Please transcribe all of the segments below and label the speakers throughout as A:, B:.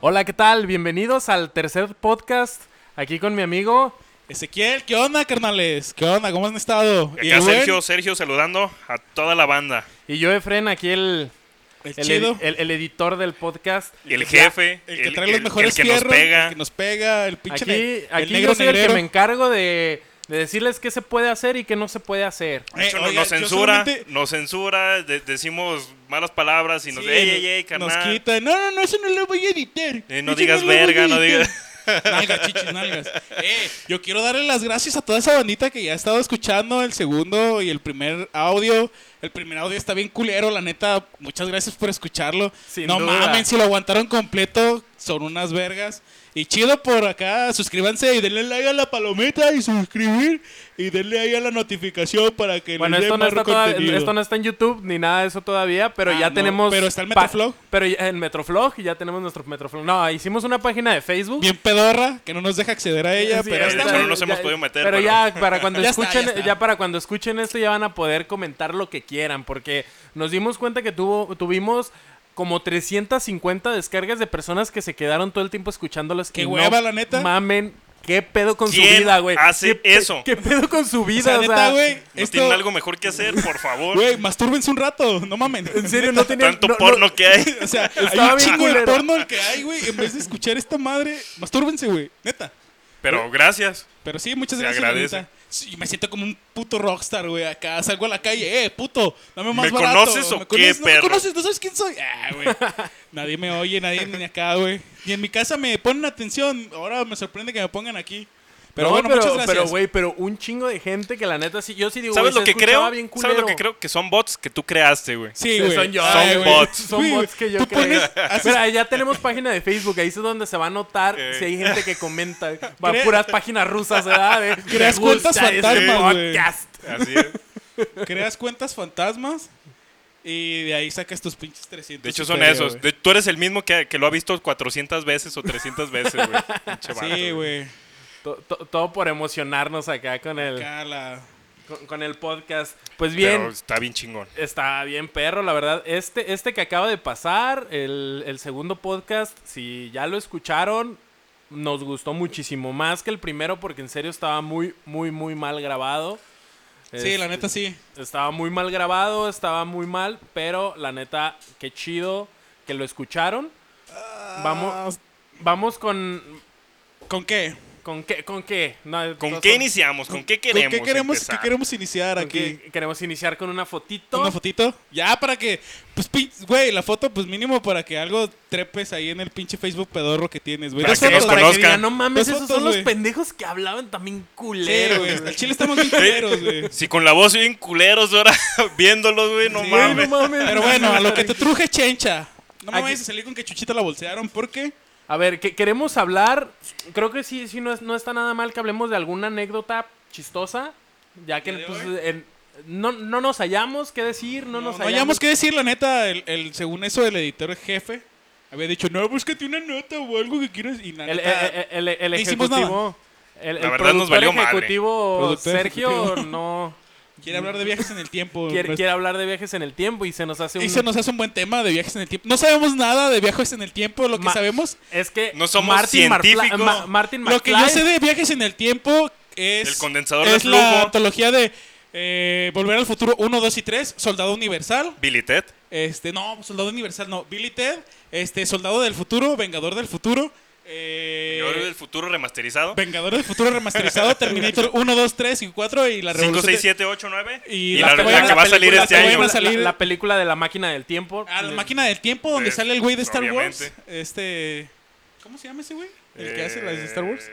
A: Hola, ¿qué tal? Bienvenidos al tercer podcast. Aquí con mi amigo.
B: Ezequiel, ¿qué onda, carnales? ¿Qué onda? ¿Cómo han estado?
C: Y acá
B: Rubén,
C: Sergio, Sergio saludando a toda la banda.
A: Y yo, Efren, aquí el,
B: el
A: el
B: chido,
A: edi- el- el editor del podcast.
C: Y el jefe,
B: el que trae los mejores
C: el que nos
B: fierros,
C: pega.
B: el que nos pega, el pinche
A: Aquí,
B: ne- el
A: aquí
B: negro
A: yo soy el que
B: negrero.
A: me encargo de, de decirles qué se puede hacer y qué no se puede hacer.
C: De hecho,
B: Eh,
C: no-
B: oiga,
C: nos
B: yo
C: censura,
B: solamente-
C: nos censura, de- decimos malas palabras y nos
B: Sí,
C: ey, ey, ey,
B: nos
C: carnal.
B: quita. No, no, no, eso no lo voy a editar.
C: Eh, no
B: Eso
C: digas
B: lo voy a
C: verga, no
B: editar.
C: digas-
B: Nalgas, chichis, nalgas. Eh, yo quiero darle las gracias a toda esa bandita que ya ha estado escuchando el segundo y el primer audio. El primer audio está bien culero, la neta. Muchas gracias por escucharlo.
A: Sin
B: no
A: duda.
B: mamen, si lo aguantaron completo, son unas vergas. Y chido por acá, suscríbanse y denle like a la palomita y suscribir. Y denle ahí a la notificación para que
A: Bueno,
B: les dé
A: esto no,
B: más
A: está toda-
B: contenido.
A: esto no está en YouTube ni nada de eso todavía, pero
B: Ah,
A: ya
B: no,
A: tenemos.
B: pero está el
A: pa-
B: Metroflog.
A: Pero ya- en Metroflog ya tenemos nuestro Metroflog. No, hicimos una página de Facebook.
B: Bien pedorra, que no nos deja acceder a ella,
A: Sí,
B: pero
C: de
B: ahí
A: está-
C: hecho,
B: estamos.
C: no nos hemos podido meter,
A: Pero,
C: pero-
A: ya para cuando
B: Ya está,
A: escuchen,
B: ya está.
A: ya para cuando escuchen esto ya van a poder comentar lo que quieran, porque nos dimos cuenta que tuvo, tuvimos como 350 descargas de personas que se quedaron todo el tiempo escuchándolas.
B: Qué
A: y no
B: hueva, la neta.
A: Mamen, qué pedo con su
C: ¿Quién
A: vida, güey.
C: hace
A: ¿Qué pe-
C: eso?
A: Qué pedo con su
B: O sea,
A: vida, o sea,
B: neta, güey,
C: ¿No
B: esto-
C: tienen algo mejor que hacer, por favor?
B: Güey, mastúrbense un rato, no mamen.
A: En serio no tenía
C: Tanto porno que hay.
B: O sea, hay
A: Estaba
B: un
A: bien
B: chingo de
A: culero.
B: porno que hay, güey. En vez de escuchar esta madre, mastúrbense, güey. Neta.
C: Pero gracias.
B: Pero sí, muchas
C: Se
B: gracias.
C: agradece.
B: la neta. Sí, me siento como un puto rockstar, güey. Acá salgo a la calle, eh, puto, dame más
C: ¿Me
B: barato.
C: conoces o
B: ¿Me conoces?
C: qué,
B: No me
C: perro?
B: conoces, no sabes quién soy. Ah, güey. nadie me oye, nadie ni acá, güey. Ni en mi casa me ponen atención. Ahora me sorprende que me pongan aquí. Pero
A: No,
B: bueno,
A: pero,
B: muchas gracias.
A: Pero, güey, pero un chingo de gente que la neta sí, yo sí digo,
C: ¿Sabes
A: güey,
C: lo
A: se
C: que creo?
A: escuchaba bien
C: ¿Sabes lo
A: culero.
C: que creo? Que son bots que tú creaste, güey.
B: Sí,
A: Sí,
B: güey.
A: son yo, eh,
B: Ay,
C: son
B: güey.
C: bots.
A: Son
B: Güey,
A: bots que yo
B: tú
A: creo.
B: pones- haces-
A: Mira, ya tenemos página de Facebook, ahí es donde se va a notar
C: Eh.
A: si hay gente que comenta. Va
B: Crea-
A: puras páginas rusas, ¿verdad? De,
B: Creas
A: "Me gusta
B: cuentas
A: este
B: fantasmas, güey.
A: podcast".
C: Así es.
B: creas cuentas fantasmas y de ahí sacas tus pinches 300.
C: De hecho, son
B: superior,
C: esos.
B: güey.
C: De- tú eres el mismo que, que lo ha visto 400 veces o 300 veces, güey. Pinche vato,
B: Sí, güey.
A: To- to- Todo por emocionarnos acá con el,
B: Acá la-
A: con, con el podcast. Pues bien,
C: Pero está bien chingón.
A: Está bien, perro, la verdad. Este, este que acaba de pasar, el, el segundo podcast, si ya lo escucharon, nos gustó muchísimo más que el primero porque en serio estaba muy, muy, muy mal grabado.
B: Sí,
A: Es-
B: la neta sí.
A: Estaba muy mal grabado, estaba muy mal, pero la neta, qué chido que lo escucharon.
B: Ah.
A: Vamos, vamos con...
B: ¿Con qué?
A: ¿Con qué? ¿Con qué? No,
C: ¿Con
A: no
C: qué
A: son-
C: iniciamos? ¿Con qué
B: ¿Con
C: queremos?
B: qué queremos, qué
C: empezar?
B: queremos iniciar
A: con
B: aquí?
A: qué? Queremos iniciar con una fotito.
B: ¿Una fotito? Ya, para que. Pues, pin- güey, la foto, pues mínimo para que algo trepes ahí en el pinche Facebook pedorro que tienes, güey.
C: Para
B: Dos
C: que nos
B: fotos,
A: para que
C: conozcan.
A: digan, no mames,
B: Dos
A: esos
B: fotos,
A: son los
B: güey.
A: pendejos que hablaban también
B: Sí,
A: culeros.
B: güey.
A: güey.
B: Al chile estamos bien culeros, güey.
C: Si con la voz bien culeros ahora viéndolos, güey, no
A: Sí,
C: mames.
A: no mames.
B: Pero bueno, a lo que te truje, chencha. No me
A: Aquí-
B: vayas a salir con que Chuchita la bolsearon, porque.
A: A ver, que queremos hablar. Creo que sí, sí no, es- no está nada mal que hablemos de alguna anécdota chistosa. Ya que
B: ¿De
A: pues,
B: hoy?
A: en- no, no nos hallamos qué decir, no,
B: No,
A: nos
B: no
A: hallamos.
B: hayamos que decir, la neta, el, el- según eso, el editor jefe había dicho, no, búscate una nota o algo que quieras. Y la
A: El, eh,
B: neta,
A: el- el- el- el
B: no hicimos
A: ejecutivo. El, el
C: La verdad nos
A: productor
C: valió madre.
A: ejecutivo
B: Productor
A: Sergio
B: ejecutivo.
A: no
B: quiere hablar de viajes en el tiempo.
A: eh, quiere,
B: Nuestro-
A: quiere hablar de viajes en el tiempo y se nos hace un.
B: Y se nos hace un buen tema de viajes en el tiempo. No sabemos nada de viajes en el tiempo. Lo que
A: Ma-
B: sabemos,
A: Es que
C: No somos
A: Marfla-
C: científicos.
A: Ma- Martin
B: lo que yo
A: McFly-
B: sé de viajes en el tiempo es.
C: El condensador de
B: es la
C: flujo.
B: antología de eh, Volver al futuro 1, 2 y 3, Soldado Universal.
C: Billy Ted.
B: Este, no, Soldado Universal, no. Billy Ted, este, Soldado del Futuro, Vengador del Futuro. eh,
C: Yo del futuro remasterizado.
B: Vengador del Futuro remasterizado, Terminator 1, 2, 3 y 4 y la
C: 5,
B: revolución.
C: 6,
B: de-
C: 7, 8, 9.
B: Y
C: Y,
B: la
C: la,
B: que
C: la
B: vayan
C: que
B: a
C: va a salir
B: película,
C: este
B: la que
C: año.
B: vayan a salir-
A: La, la película de la máquina del tiempo.
B: A la
A: Eh,
B: máquina del tiempo donde
C: Pues,
B: sale el güey de Star Wars.
C: obviamente.
B: Este. ¿Cómo se llama ese güey? El que hace las de
C: Eh,
B: Star Wars.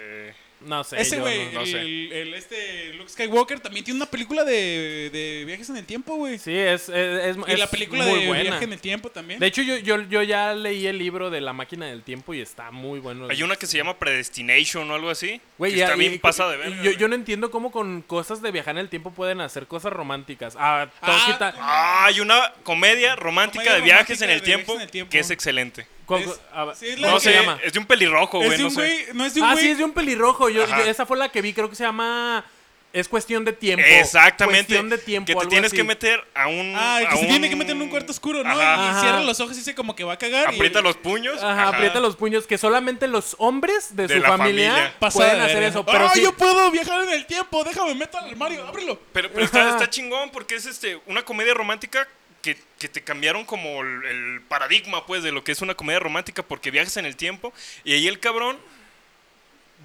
A: No sé.
B: Ese
A: yo
B: güey,
A: no-
C: no sé.
B: el, el- este Luke Skywalker también tiene una película de, de viajes en el tiempo, güey.
A: Sí, es, es, es-
B: y la
A: es
B: película
A: muy
B: de
A: buena.
B: viaje en el tiempo también.
A: De hecho, yo, yo, yo ya leí el libro de la máquina del tiempo y está muy bueno.
C: Hay una que se llama Predestination o algo así.
A: Güey,
C: que
A: ya-
C: está
A: y-
C: bien
A: y-
C: pasada de
A: y
C: verga.
A: Yo,
C: güey.
A: yo no entiendo cómo con cosas de viajar en el tiempo pueden hacer cosas románticas. Ah, todo
B: Ah,
A: quita-
C: Ah, hay una comedia romántica
B: Comedia
C: de viajes
B: romántica
C: en el,
B: de viajes en
C: tiempo,
B: el tiempo.
C: que es excelente.
A: con-
B: es-
A: a ver,
B: sí, es la
A: ¿Cómo
C: No
B: de
A: se
C: sé,
A: llama?
C: es de un pelirrojo,
B: es
C: güey,
B: de
C: no
B: un
C: sé.
B: güey, no es de un
A: ah,
B: güey.
A: sí, es de un pelirrojo. Yo, yo-
C: Ajá.
A: esa fue la que vi, creo que se llama es cuestión de tiempo.
C: Exactamente.
A: Cuestión de tiempo.
C: que te
A: algo
C: tienes
A: así.
C: que meter a un.
B: Ah, que
C: a
B: se tiene que
C: un-
B: meter en un cuarto oscuro, ¿no?
C: Ajá.
A: Ajá.
B: Y cierra los ojos y dice como que va a cagar. y-
C: Aprieta los puños.
A: Ajá, aprieta los puños. Que solamente los hombres de,
C: De
A: su
C: la
A: familia,
C: familia.
B: Pasada
A: pueden
B: de
A: hacer
B: verga.
A: eso. Pero
B: ¡Ah,
A: sí-
B: yo puedo viajar en el tiempo! Déjame meter al armario, ábrelo.
C: Pero, pero está, está chingón porque es este una comedia romántica que, que te cambiaron como el, el paradigma, pues, de lo que es una comedia romántica porque viajas en el tiempo y ahí el cabrón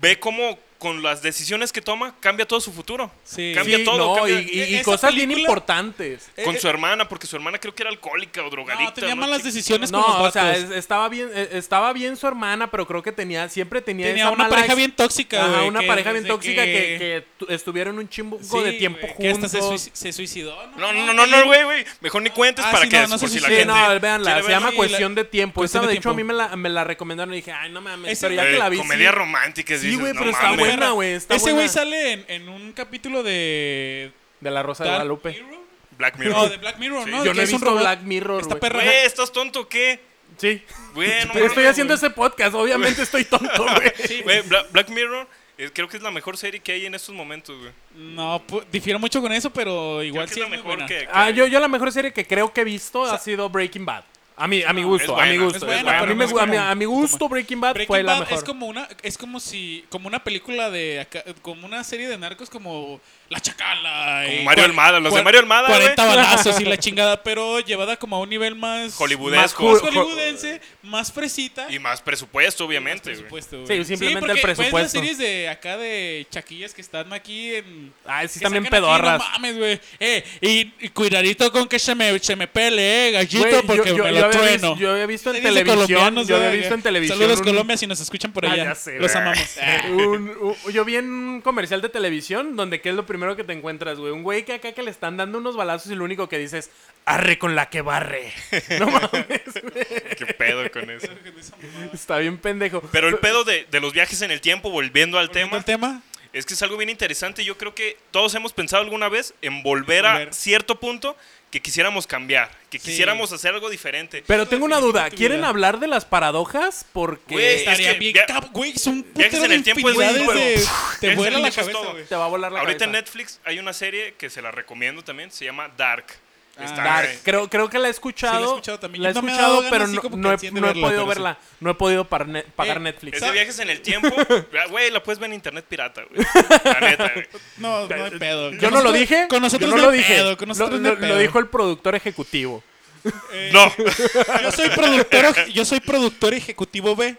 C: ve cómo con las decisiones que toma cambia todo su futuro.
B: Sí.
C: Cambia
A: sí,
C: todo.
A: no,
C: cambia- e
A: y, y- y
B: esa
A: cosas bien
B: película-
A: importantes.
C: con
B: eh,
C: su hermana, porque su hermana creo que era alcohólica o drogadicta.
B: No, tenía
C: ¿no?
B: malas
C: Chi-
B: decisiones
A: No,
B: con los
A: o
B: vatos.
A: sea, es- estaba bien, eh, estaba bien su hermana, pero creo que tenía, siempre tenía,
B: Tenía
A: esa
B: una
A: mala
B: pareja
A: ex-
B: bien tóxica,
A: Ajá,
B: güey,
A: una
B: que
A: pareja bien
B: desde
A: tóxica que,
B: que-
A: que tu- estuvieron un chingo
B: Sí,
A: de tiempo
B: güey,
A: juntos.
B: Que hasta se, suici- se suicidó, ¿no?
C: No, no, no, no, no, güey, güey. Mejor ni cuentes
B: Ah,
C: para
B: sí,
C: que
B: no, no sé
C: por si
B: si
C: la
B: sí,
A: Sí,
C: gente.
A: no, véanla,
C: quiere
A: se
C: verla.
A: llama
B: y la-
A: Cuestión de Tiempo. Esa,
B: Cuestión de
A: de hecho, a mí
B: Tiempo.
A: me la, me la recomendaron y dije, ay, no mames,
B: Ese
A: pero ya
C: Eh,
A: que la vi.
C: comedia
A: sí.
C: romántica,
A: Sí,
C: dices,
A: güey,
C: no
A: pero está
C: mames.
A: buena. güey, está
B: Ese güey
A: buena.
B: sale en, en un capítulo de.
A: De la Rosa de
B: Dark
A: Guadalupe.
B: Mirror.
C: Black Mirror.
B: No, de Black Mirror,
C: Sí.
B: ¿no?
C: Yo
A: Yo
B: Que
A: no he
B: es un
A: visto
B: robot.
A: Black Mirror,
B: Esta
A: güey.
B: perra.
C: Güey, ¿estás tonto o qué?
A: Sí.
C: Bueno,
A: Pero estoy haciendo este podcast, obviamente estoy tonto, güey.
B: Sí.
C: Güey, Bla- Black Mirror eh, creo que es la mejor serie que hay en estos momentos, güey.
B: No, pu- difiero mucho con eso, pero
C: Creo
B: igual
C: que
B: sí
C: es la
B: muy
C: mejor
B: buena.
C: que... que
A: Ah,
C: hay.
A: yo, yo la mejor serie que creo que he visto ha sido Breaking Bad. A mi, a mi gusto, a mi
C: buena,
A: gusto.
C: es
A: es
C: buena,
A: buena. a,
C: pero
A: mí me
C: no es
A: gu- a mi-
B: como-
A: a mi gusto Breaking Bad
B: Breaking
A: fue la
B: Bad
A: mejor.
B: es como una es como si como una película de acá- como una serie de narcos como La Chacala eh,
C: Como
B: y
C: Mario
B: cua-
C: Almada, los de
B: cua-
C: Mario Almada, güey.
B: 40 balazos y la chingada, pero llevada como a un nivel más
C: Hollywoodesco.
B: más hollywoodense, más fresita
C: Y más presupuesto, obviamente, güey.
B: presupuesto,
A: Sí,
B: güey.
A: simplemente el
B: porque ves las
A: presupuesto.
B: series de acá de chaquillas que están aquí en
A: Ah, sí,
B: que
A: también
B: sacan aquí,
A: pedorras.
B: no mames, güey. Eh, y, y cuidadito con que se me, se me pele, eh, gallito,
A: Güey, yo-
B: porque
A: yo- yo
B: me lo
A: había
B: trueno.
A: vis- yo había visto en
B: Series de
A: televisión,
B: colombianos,
A: yo había
B: güey.
A: visto en televisión
B: Saludos
A: un-
B: Colombia si nos escuchan por
A: Ah,
B: allá.
A: ya sé,
B: Los
A: güey. Eh,
B: amamos.
A: Un- u- yo vi en un comercial de televisión donde qué es lo primero que te encuentras, güey. Un güey que acá que le están dando unos balazos y lo único que dices, arre con la que barre. No mames, güey.
C: Qué pedo con eso.
A: Está bien pendejo.
C: Pero el pedo de, de los viajes en el tiempo, volviendo al
B: ¿Tema?
C: tema,
B: ¿El tema?
C: es que es algo bien interesante. Yo creo que todos hemos pensado alguna vez en volver a
B: Volver.
C: cierto punto que quisiéramos cambiar, que
B: Sí.
C: quisiéramos hacer algo diferente.
A: Pero tengo una duda,
B: tu
A: ¿quieren
B: vida.
A: hablar de las paradojas? Porque
C: Güey, es
B: Estaría
C: que
B: bien
C: via-
B: cap- güey, son
C: viajes
B: puteros
C: en
B: de
C: el tiempo es
B: infinidades
C: muy
B: de-
C: bueno.
B: Te vuela
C: Viajes en el
B: la
C: tiempo es
B: cabeza,
C: todo.
B: güey.
A: te va a volar la
C: Ahorita en
A: cabeza.
C: Netflix hay una serie que se la recomiendo también, se llama Dark.
B: Ah.
A: Dark.
C: eh,
A: Creo, creo que la he escuchado.
B: Sí, la he escuchado también.
A: la he
B: No me ha
A: escuchado,
B: dado ganas
A: pero
B: así
A: no,
B: como que
A: no he,
B: enciende
A: no he
B: verla,
A: podido
B: pero sí.
A: verla. No he podido par- ne- pagar
B: Eh,
A: Netflix.
C: Es de viajes en el tiempo. Ah, Güey, la puedes ver en internet pirata, güey. La neta, güey.
B: No, no hay pedo.
A: Yo
B: Con
A: no lo
B: nosotros-
A: dije.
B: Con nosotros
A: yo no lo
B: hay
A: dije.
B: pedo, con nosotros
A: lo,
B: no hay
A: lo- lo
B: pedo.
A: dijo el productor ejecutivo.
C: No.
B: Yo soy productor, yo soy productor ejecutivo B.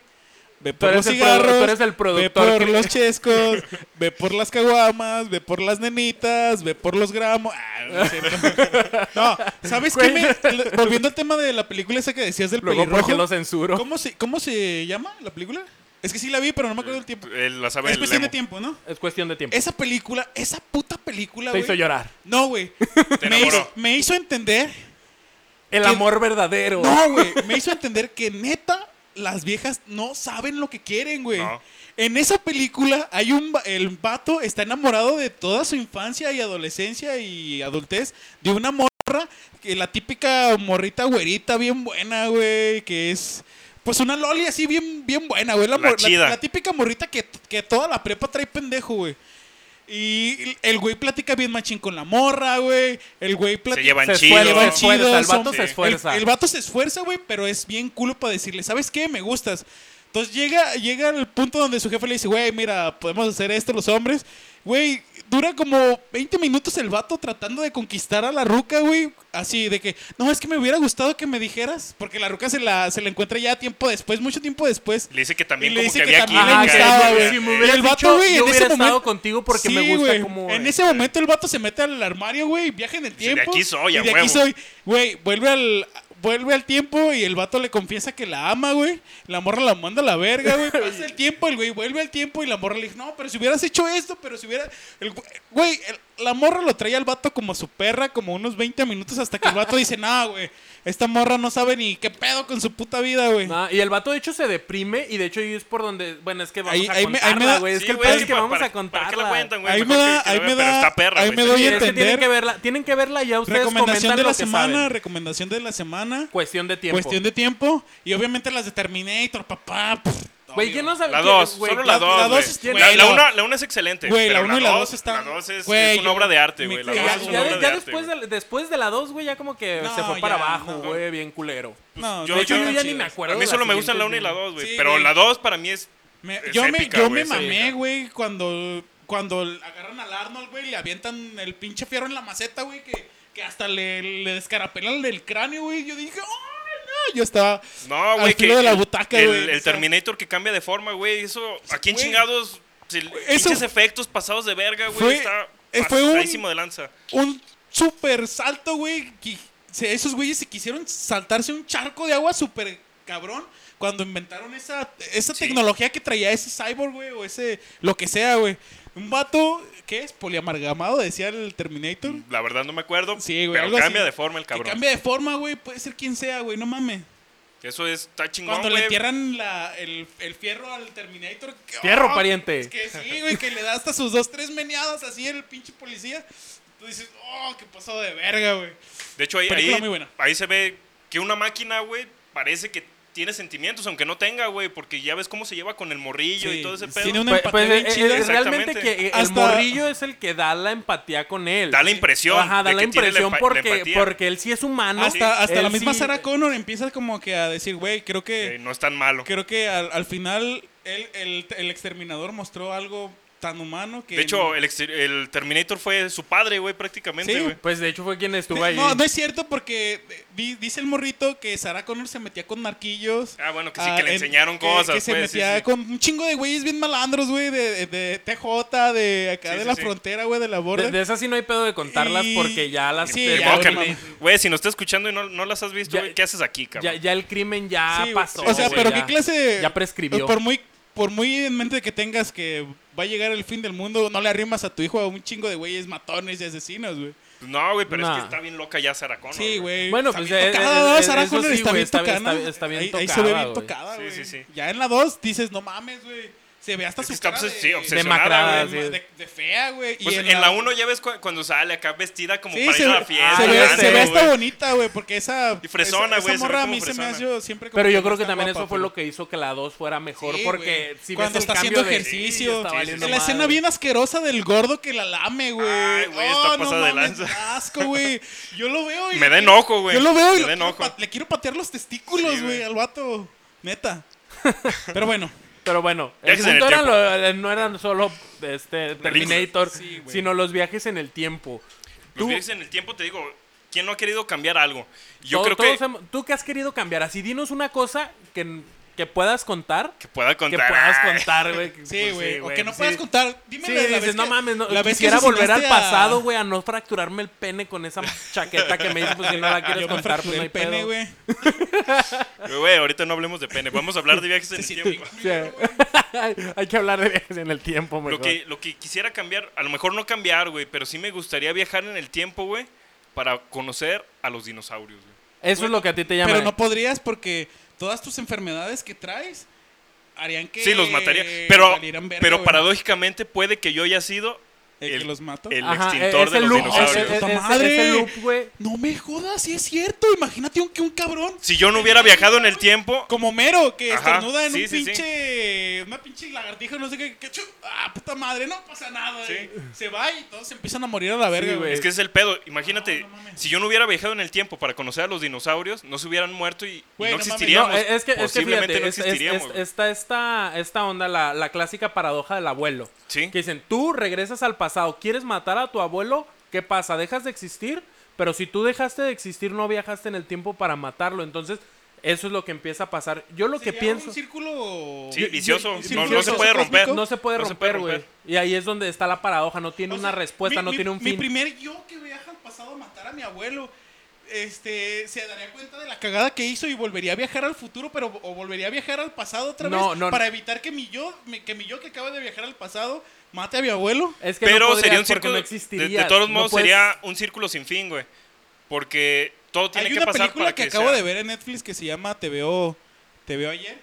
B: Ve por
A: eres
B: los
A: el produ-
B: cigarros,
A: tú eres el
B: ve
A: productor
B: por
A: que-
B: los chescos, ve por las caguamas, ve por las nenitas, ve por los gramos. Ah, no, es cierto. No, ¿sabes qué?
A: Güey.
B: me- le- volviendo al tema de la película esa que decías del
A: Luego, porque
B: pelirrojo.
A: lo censuro?
B: ¿cómo, se, ¿Cómo se llama la película? Es que sí la vi, pero no me acuerdo del tiempo.
C: Él eh, la sabe
B: Es
C: el
B: cuestión de
C: Lemo.
B: tiempo, ¿no?
A: Es cuestión de tiempo.
B: Esa película, esa puta película,
A: Te hizo
B: güey.
A: llorar.
B: No, güey. Me
C: enamoró.
B: hizo, me hizo entender
A: El
B: ¿Qué?
A: amor verdadero.
B: No, güey. Me hizo entender que neta, las viejas no saben lo que quieren, güey.
C: No.
B: En esa película hay un va- el vato está enamorado de toda su infancia y adolescencia y adultez de una morra que la típica morrita güerita bien buena, güey, que es pues una loli así bien bien buena, güey, la,
C: La
B: mor-
C: chida.
B: la típica morrita que, que toda la prepa trae pendejo, güey. Y el güey platica bien machín con la morra, güey. El güey
C: Se
B: platica
C: llevan
A: se
C: chido.
A: esfuerza,
B: llevan
A: se esfuerza,
B: chido,
A: el vato
B: son-
A: se esfuerza.
B: el, el vato se esfuerza, güey, pero es bien culo para decirle, ¿sabes qué? Me gustas. Entonces llega, llega al punto donde su jefe le dice, güey, mira, podemos hacer esto los hombres. Güey, dura como 20 minutos el vato tratando de conquistar a la ruca, güey. Así de que, no, es que me hubiera gustado que me dijeras. Porque la ruca se la, se la encuentra ya tiempo después, mucho tiempo después.
C: Le dice que también
B: Y le
C: como
B: dice
C: que
B: que
C: había aquí.
B: también
A: Ajá,
B: le
A: que
B: gustaba,
A: si-
B: güey.
A: Si me
B: Y
A: hubieras
B: el vato,
A: dicho,
B: güey,
A: yo
B: en ese
A: hubiera estado
B: momento-
A: contigo porque
B: Sí,
A: me gusta
B: güey.
A: como...
B: En ese momento el vato se mete al armario, güey, viaja en el
C: de
B: tiempo.
C: aquí soy,
B: y
C: a
B: de
C: huevo.
B: aquí soy. Güey, vuelve al, vuelve al tiempo y el vato le confiesa que la ama, güey. La morra la manda a la verga, güey. Pasa el tiempo, el güey vuelve al tiempo y la morra le dice, no, pero si hubieras hecho esto, pero si hubiera... el gü- Güey, el- la morra lo trae al vato como su perra, como unos 20 minutos hasta que el vato dice, no, güey, esta morra no sabe ni qué pedo con su puta vida, güey.
A: No, y el vato de hecho se deprime y de hecho ahí es por donde... Bueno, es que vamos
B: Ahí-
A: a
B: ahí me- ahí me
A: contarla,
B: da-
A: güey. Es
C: Sí,
A: que el
C: güey,
A: pedo es que
C: pa-
A: vamos
C: para-
A: a contarla.
C: ¿Para qué la cuentan, güey?
B: Ahí
C: Mejor
B: me
C: que
B: da-
C: se
B: ahí
C: la
B: me
C: vean, pero
B: da-
C: está perra,
B: ahí
C: güey,
B: me
C: está
B: doy
C: chida.
A: Es que tienen
B: entender.
A: que verla, tienen que verla y ya ustedes
B: Recomendación
A: comentan
B: de
A: lo
B: la
A: que
B: semana,
A: saben.
B: recomendación de la semana.
A: Cuestión de tiempo.
B: Cuestión de tiempo. Y obviamente las de Terminator, papá. pff,
A: Güey, ¿quién no sabe?
C: La
A: quién-
C: 2,
A: güey,
C: solo la
B: la- la
C: 2.
B: dos es-
C: La,
B: güey,
C: la
B: la-
C: una- la una es excelente.
B: Güey, la
C: pero
B: uno y la dos
C: La
B: están-
C: 2 es,
B: Güey,
C: es una
B: yo-
C: obra de arte,
B: me
C: güey. La
A: Ya, ya
B: cago.
C: 2 es
A: de-
C: una obra
A: ya
C: de arte.
A: después,
C: güey.
A: de, después de la 2, güey, ya como que
B: No,
A: se fue para
B: ya,
A: abajo,
B: no.
A: güey, bien culero.
B: Pues, No,
C: yo-
A: de
B: de
A: hecho,
C: Pues, yo-
A: yo ya
B: están
A: ni me
B: chidas.
A: acuerdo.
C: A
A: de
C: mí
A: las
C: solo me gustan la
A: siguientes,
C: 1 y la 2, güey.
B: Sí,
C: pero
B: güey.
C: la 2 para mí es.
B: Me-
C: Es
B: yo
C: épica,
B: me, yo me
C: güey, sí.
B: mamé, güey, cuando, cuando agarran al Arnold, güey, le avientan el pinche fierro en la maceta, güey, que, que hasta le, le descarapelan el cráneo, güey. Yo dije, ¡ay, no! Yo estaba
C: No,
B: al
C: güey.
B: filo
C: que
B: de la
C: el-
B: butaca,
C: el-
B: güey.
C: El,
B: o sea,
C: Terminator que cambia de forma, güey. Eso. ¿A quién
B: güey.
C: chingados? Si,
B: eso-
C: pinches efectos pasados de verga, güey.
B: Fue-
C: Está
B: eh, fue un-
C: pasadísimo de lanza.
B: Un super salto, güey. que se- Esos güeyes se quisieron saltarse un charco de agua súper cabrón cuando inventaron esa, esa
C: Sí.
B: tecnología que traía ese cyborg, güey, o ese lo que sea, güey. Un vato, ¿qué es? Poliamargamado, decía el Terminator.
C: La verdad no me acuerdo.
B: Sí, güey,
C: Pero
B: algo
C: cambia
B: así.
C: de forma el
B: Que
C: Mm, cabrón.
B: cambia de forma, güey. Puede ser quien sea, güey. No mames.
C: Eso es, está chingón,
B: Cuando le
C: güey.
B: entierran la- el, el fierro al Terminator. que-
A: Fierro,
B: ¡oh!
A: pariente.
B: Es que sí, güey. Que le da hasta sus dos, tres meneadas así el pinche policía. Tú dices, oh, qué pasado de verga, güey.
C: De hecho, ahí,
B: Película muy
C: ahí,
B: buena.
C: ahí se ve que una máquina, güey, parece que tiene sentimientos, aunque no tenga, güey, porque ya ves cómo se lleva con el morrillo y
B: Sí,
C: todo ese
B: sí,
C: pedo.
B: tiene una
A: Pues,
B: empatía
A: pues,
B: bien
A: eh, eh,
B: chida.
A: realmente
C: Exactamente.
A: que eh, el
B: Hasta-
A: morrillo es el que da la empatía con él.
C: Da la impresión
A: Ajá, da
C: de
A: la
C: que tiene
A: impresión
C: la empa- la
A: porque,
C: empatía.
A: porque él sí es humano.
B: Hasta, hasta
A: Él
B: la misma
A: sí-
B: Sarah Connor empieza como que a decir, güey, creo
C: Eh,
B: que,
C: no es tan malo.
B: creo que al, al final él, el, el exterminador mostró algo tan humano que...
C: De hecho, el, exter- el Terminator fue su padre, güey, prácticamente,
B: Sí,
C: güey.
A: Pues de hecho fue quien estuvo ahí.
B: No, no es cierto porque di- dice el morrito que Sarah Connor se metía con narquillos.
C: Ah, bueno, que sí,
B: Ah,
C: que le
B: en-
C: enseñaron
B: que-
C: cosas,
B: Que se
C: pues, sí,
B: metía
C: sí.
B: con un chingo de güeyes bien malandros, güey, de, de, de TJ, de acá
C: Sí,
B: de
C: sí,
B: la
C: sí.
B: frontera, güey, de la borda.
A: de, de esas sí no hay pedo de contarlas
B: Y-
A: porque ya las
B: Sí,
A: te-
B: ya,
A: porque
B: güey,
A: le-
C: Güey, si nos está escuchando y no, no las has visto,
A: Ya-
C: güey, ¿qué haces aquí,
A: ya,
C: cabrón?
A: ya el crimen ya
B: Sí,
A: Ah, pasó.
B: O sea,
A: güey,
B: pero
A: ya.
B: qué clase.
A: ya prescribió.
B: Por muy, por muy en mente que tengas que va a llegar el fin del mundo, no le arrimas a tu hijo a un chingo de güeyes matones y asesinos, güey.
C: No, güey, pero es
A: Nah.
C: que está bien loca ya Sarah Connor.
B: Sí, güey.
A: Bueno,
B: está
A: pues,
B: bien
A: eh,
B: tocada,
A: eh,
B: ¿no?
A: eh,
B: Sarah
A: eso
B: Connor
A: sí,
B: está
A: güey,
B: bien
A: está bien-
B: tocada.
A: está- está bien
B: ahí, ahí se ve
A: tocada,
B: bien
A: güey.
B: tocada,
C: Sí,
B: güey.
C: sí, sí.
B: Ya en la 2 dices, no mames, güey. Se ve hasta
C: Es
B: su
C: que está
B: cara
C: obses-
B: de,
C: sí,
A: macrada,
C: obsesionada, güey.
A: sí.
B: de, de- de fea, güey. Y
C: Pues en, la 1 ya ves cu- cuando sale acá vestida como
B: Sí,
C: para
B: se,
C: ir
B: ve- ah,
C: a la fiesta.
B: se
A: ya
B: ve,
A: sé,
B: se ve
C: grande,
B: hasta
C: güey.
B: bonita, güey, porque esa.
C: Y fresona,
B: esa-
C: güey, se
B: Esa
C: ve
B: morra a
C: como
B: mí se me
C: fresona.
B: ha sido siempre como.
A: Pero yo
B: no
A: creo que
B: está
A: también
B: guapa,
A: eso fue
B: pero-
A: lo que hizo que la 2 fuera mejor
B: Sí,
A: porque
B: güey.
A: si ves
B: cuando
A: el
B: está
A: cambio
B: haciendo
A: de-
B: ejercicio,
A: Sí, está
C: sí,
A: valiendo
B: la escena
A: madre.
B: bien asquerosa del gordo que la lame, güey. Oh,
C: Ay, güey, está
B: no
C: pasada de
B: mames,
C: lanza.
B: qué Asco, güey. Yo lo veo y
C: Me
B: le
C: da
B: quiero-
C: enojo, güey.
B: Yo lo veo
C: Me
B: y lo
C: da
B: quiero
C: enojo.
B: pa- le quiero patear los testículos,
C: Sí,
B: güey,
C: güey.
B: al vato. Neta. Pero bueno,
A: Pero bueno, el
C: Viajes en el
A: punto era
C: tiempo.
A: lo- eh, no eran solo este, Terminator,
B: Sí, güey.
A: sino los viajes en el tiempo.
C: Los
A: Tú-
C: viajes en el tiempo, te digo, ¿quién no ha querido cambiar algo? Yo
A: Todo-
C: creo
A: todos
C: que,
A: hemos- ¿Tú qué has querido cambiar? Así dinos una cosa que, que puedas contar.
C: que pueda
A: Que
C: contar.
A: puedas
C: Ay,
A: contar, güey. que-
B: sí,
A: pues,
B: güey. o
A: güey,
B: que no
A: sí.
B: puedas contar. Dime
A: Sí,
B: la, la
A: dices,
B: vez
A: no
B: que-
A: mames, no,
B: la vez que
A: quisiera volver al
B: asesinaste a-
A: pasado, güey, a no fracturarme el pene con esa chaqueta que me hice, pues si no la quieres
B: Ah, Yo me
A: contar, pues
B: fracturé
A: no hay
B: el pene,
A: pedo.
B: güey.
C: Güey, ahorita no hablemos de pene. Vamos a hablar de viajes en
B: Se
C: el
B: siente
C: tiempo.
A: Sí. Hay que hablar de viajes en el tiempo, mejor.
C: Lo que, lo que quisiera cambiar, a lo mejor no cambiar, güey, pero sí me gustaría viajar en el tiempo, güey, para conocer a los dinosaurios, güey.
A: Eso es lo que a ti te llama.
B: Pero no podrías porque todas tus enfermedades que traes harían que.
C: Sí, los mataría. Pero,
B: valieran verga,
C: pero
B: güey.
C: paradógicamente puede que yo haya sido
B: El
C: el,
B: que los mato.
C: el
A: Ajá,
C: extintor
A: es
C: de
A: el
C: los
A: loop, e-
C: dinosaurios.
A: es- es-
B: ¡Puta
A: es-
B: madre!
A: es el loop, güey.
B: No me jodas, sí es cierto. Imagínate un, que un cabrón
C: Si yo no hubiera viajado en el tiempo,
B: como Mero que
C: Ajá,
B: estornuda en
C: sí,
B: un
C: sí, sí.
B: pinche. Una pinche lagartija, no sé qué. que chu- ah, puta madre, no pasa nada.
C: Sí.
B: eh. Se va y todos se empiezan a morir a la verga,
A: güey.
B: güey.
C: es que es el pedo. Imagínate,
B: No, no mames.
C: si yo no hubiera viajado en el tiempo para conocer a los dinosaurios, no se hubieran muerto y, y
B: Güey,
C: no
B: no mames.
C: existiríamos.
A: No, es que, es que
C: Pues, Posiblemente
A: fíjate,
C: no
A: es- es-
C: existiríamos.
A: es-
C: güey.
A: está esta, esta onda, la, la clásica paradoja del abuelo.
C: Sí.
A: Que dicen, tú regresas al pasado, quieres matar a tu abuelo, ¿qué pasa? ¿Dejas de existir? Pero si tú dejaste de existir, no viajaste en el tiempo para matarlo. Entonces, eso es lo que empieza a pasar. Yo lo que
B: Sería
A: pienso...
B: Un círculo.
C: Sí, vicioso.
A: Sí,
C: no,
A: sí,
C: no
A: sí,
C: se
A: sí,
C: puede
A: sí,
C: romper.
A: No se puede
C: No se puede
A: romper, güey.
C: romper.
A: Y ahí es donde está la paradoja, no tiene
B: O
A: una
B: sea,
A: respuesta,
B: mi-
A: no
B: mi-
A: tiene un
B: Mi
A: fin.
B: primer yo que viaja al pasado a matar a mi abuelo. Este, se daría cuenta de la cagada que hizo y volvería a viajar al futuro, pero o volvería a viajar al pasado otra
A: No,
B: vez
A: no,
B: para evitar que mi yo, mi- que mi yo que acaba de viajar al pasado mate a mi abuelo.
A: Es que no
C: Pero
A: podrías
C: sería un
A: porque
C: círculo.
A: no
C: de- de,
A: existirías,
C: todos
A: no
C: modos,
A: puedes-
C: sería un círculo sin fin, güey. Porque todo tiene
B: Hay
C: que
B: una
C: pasar
B: película
C: para
B: que,
C: que,
B: acabo
C: sea-
B: de ver en Netflix que se llama Te veo Te veo ayer.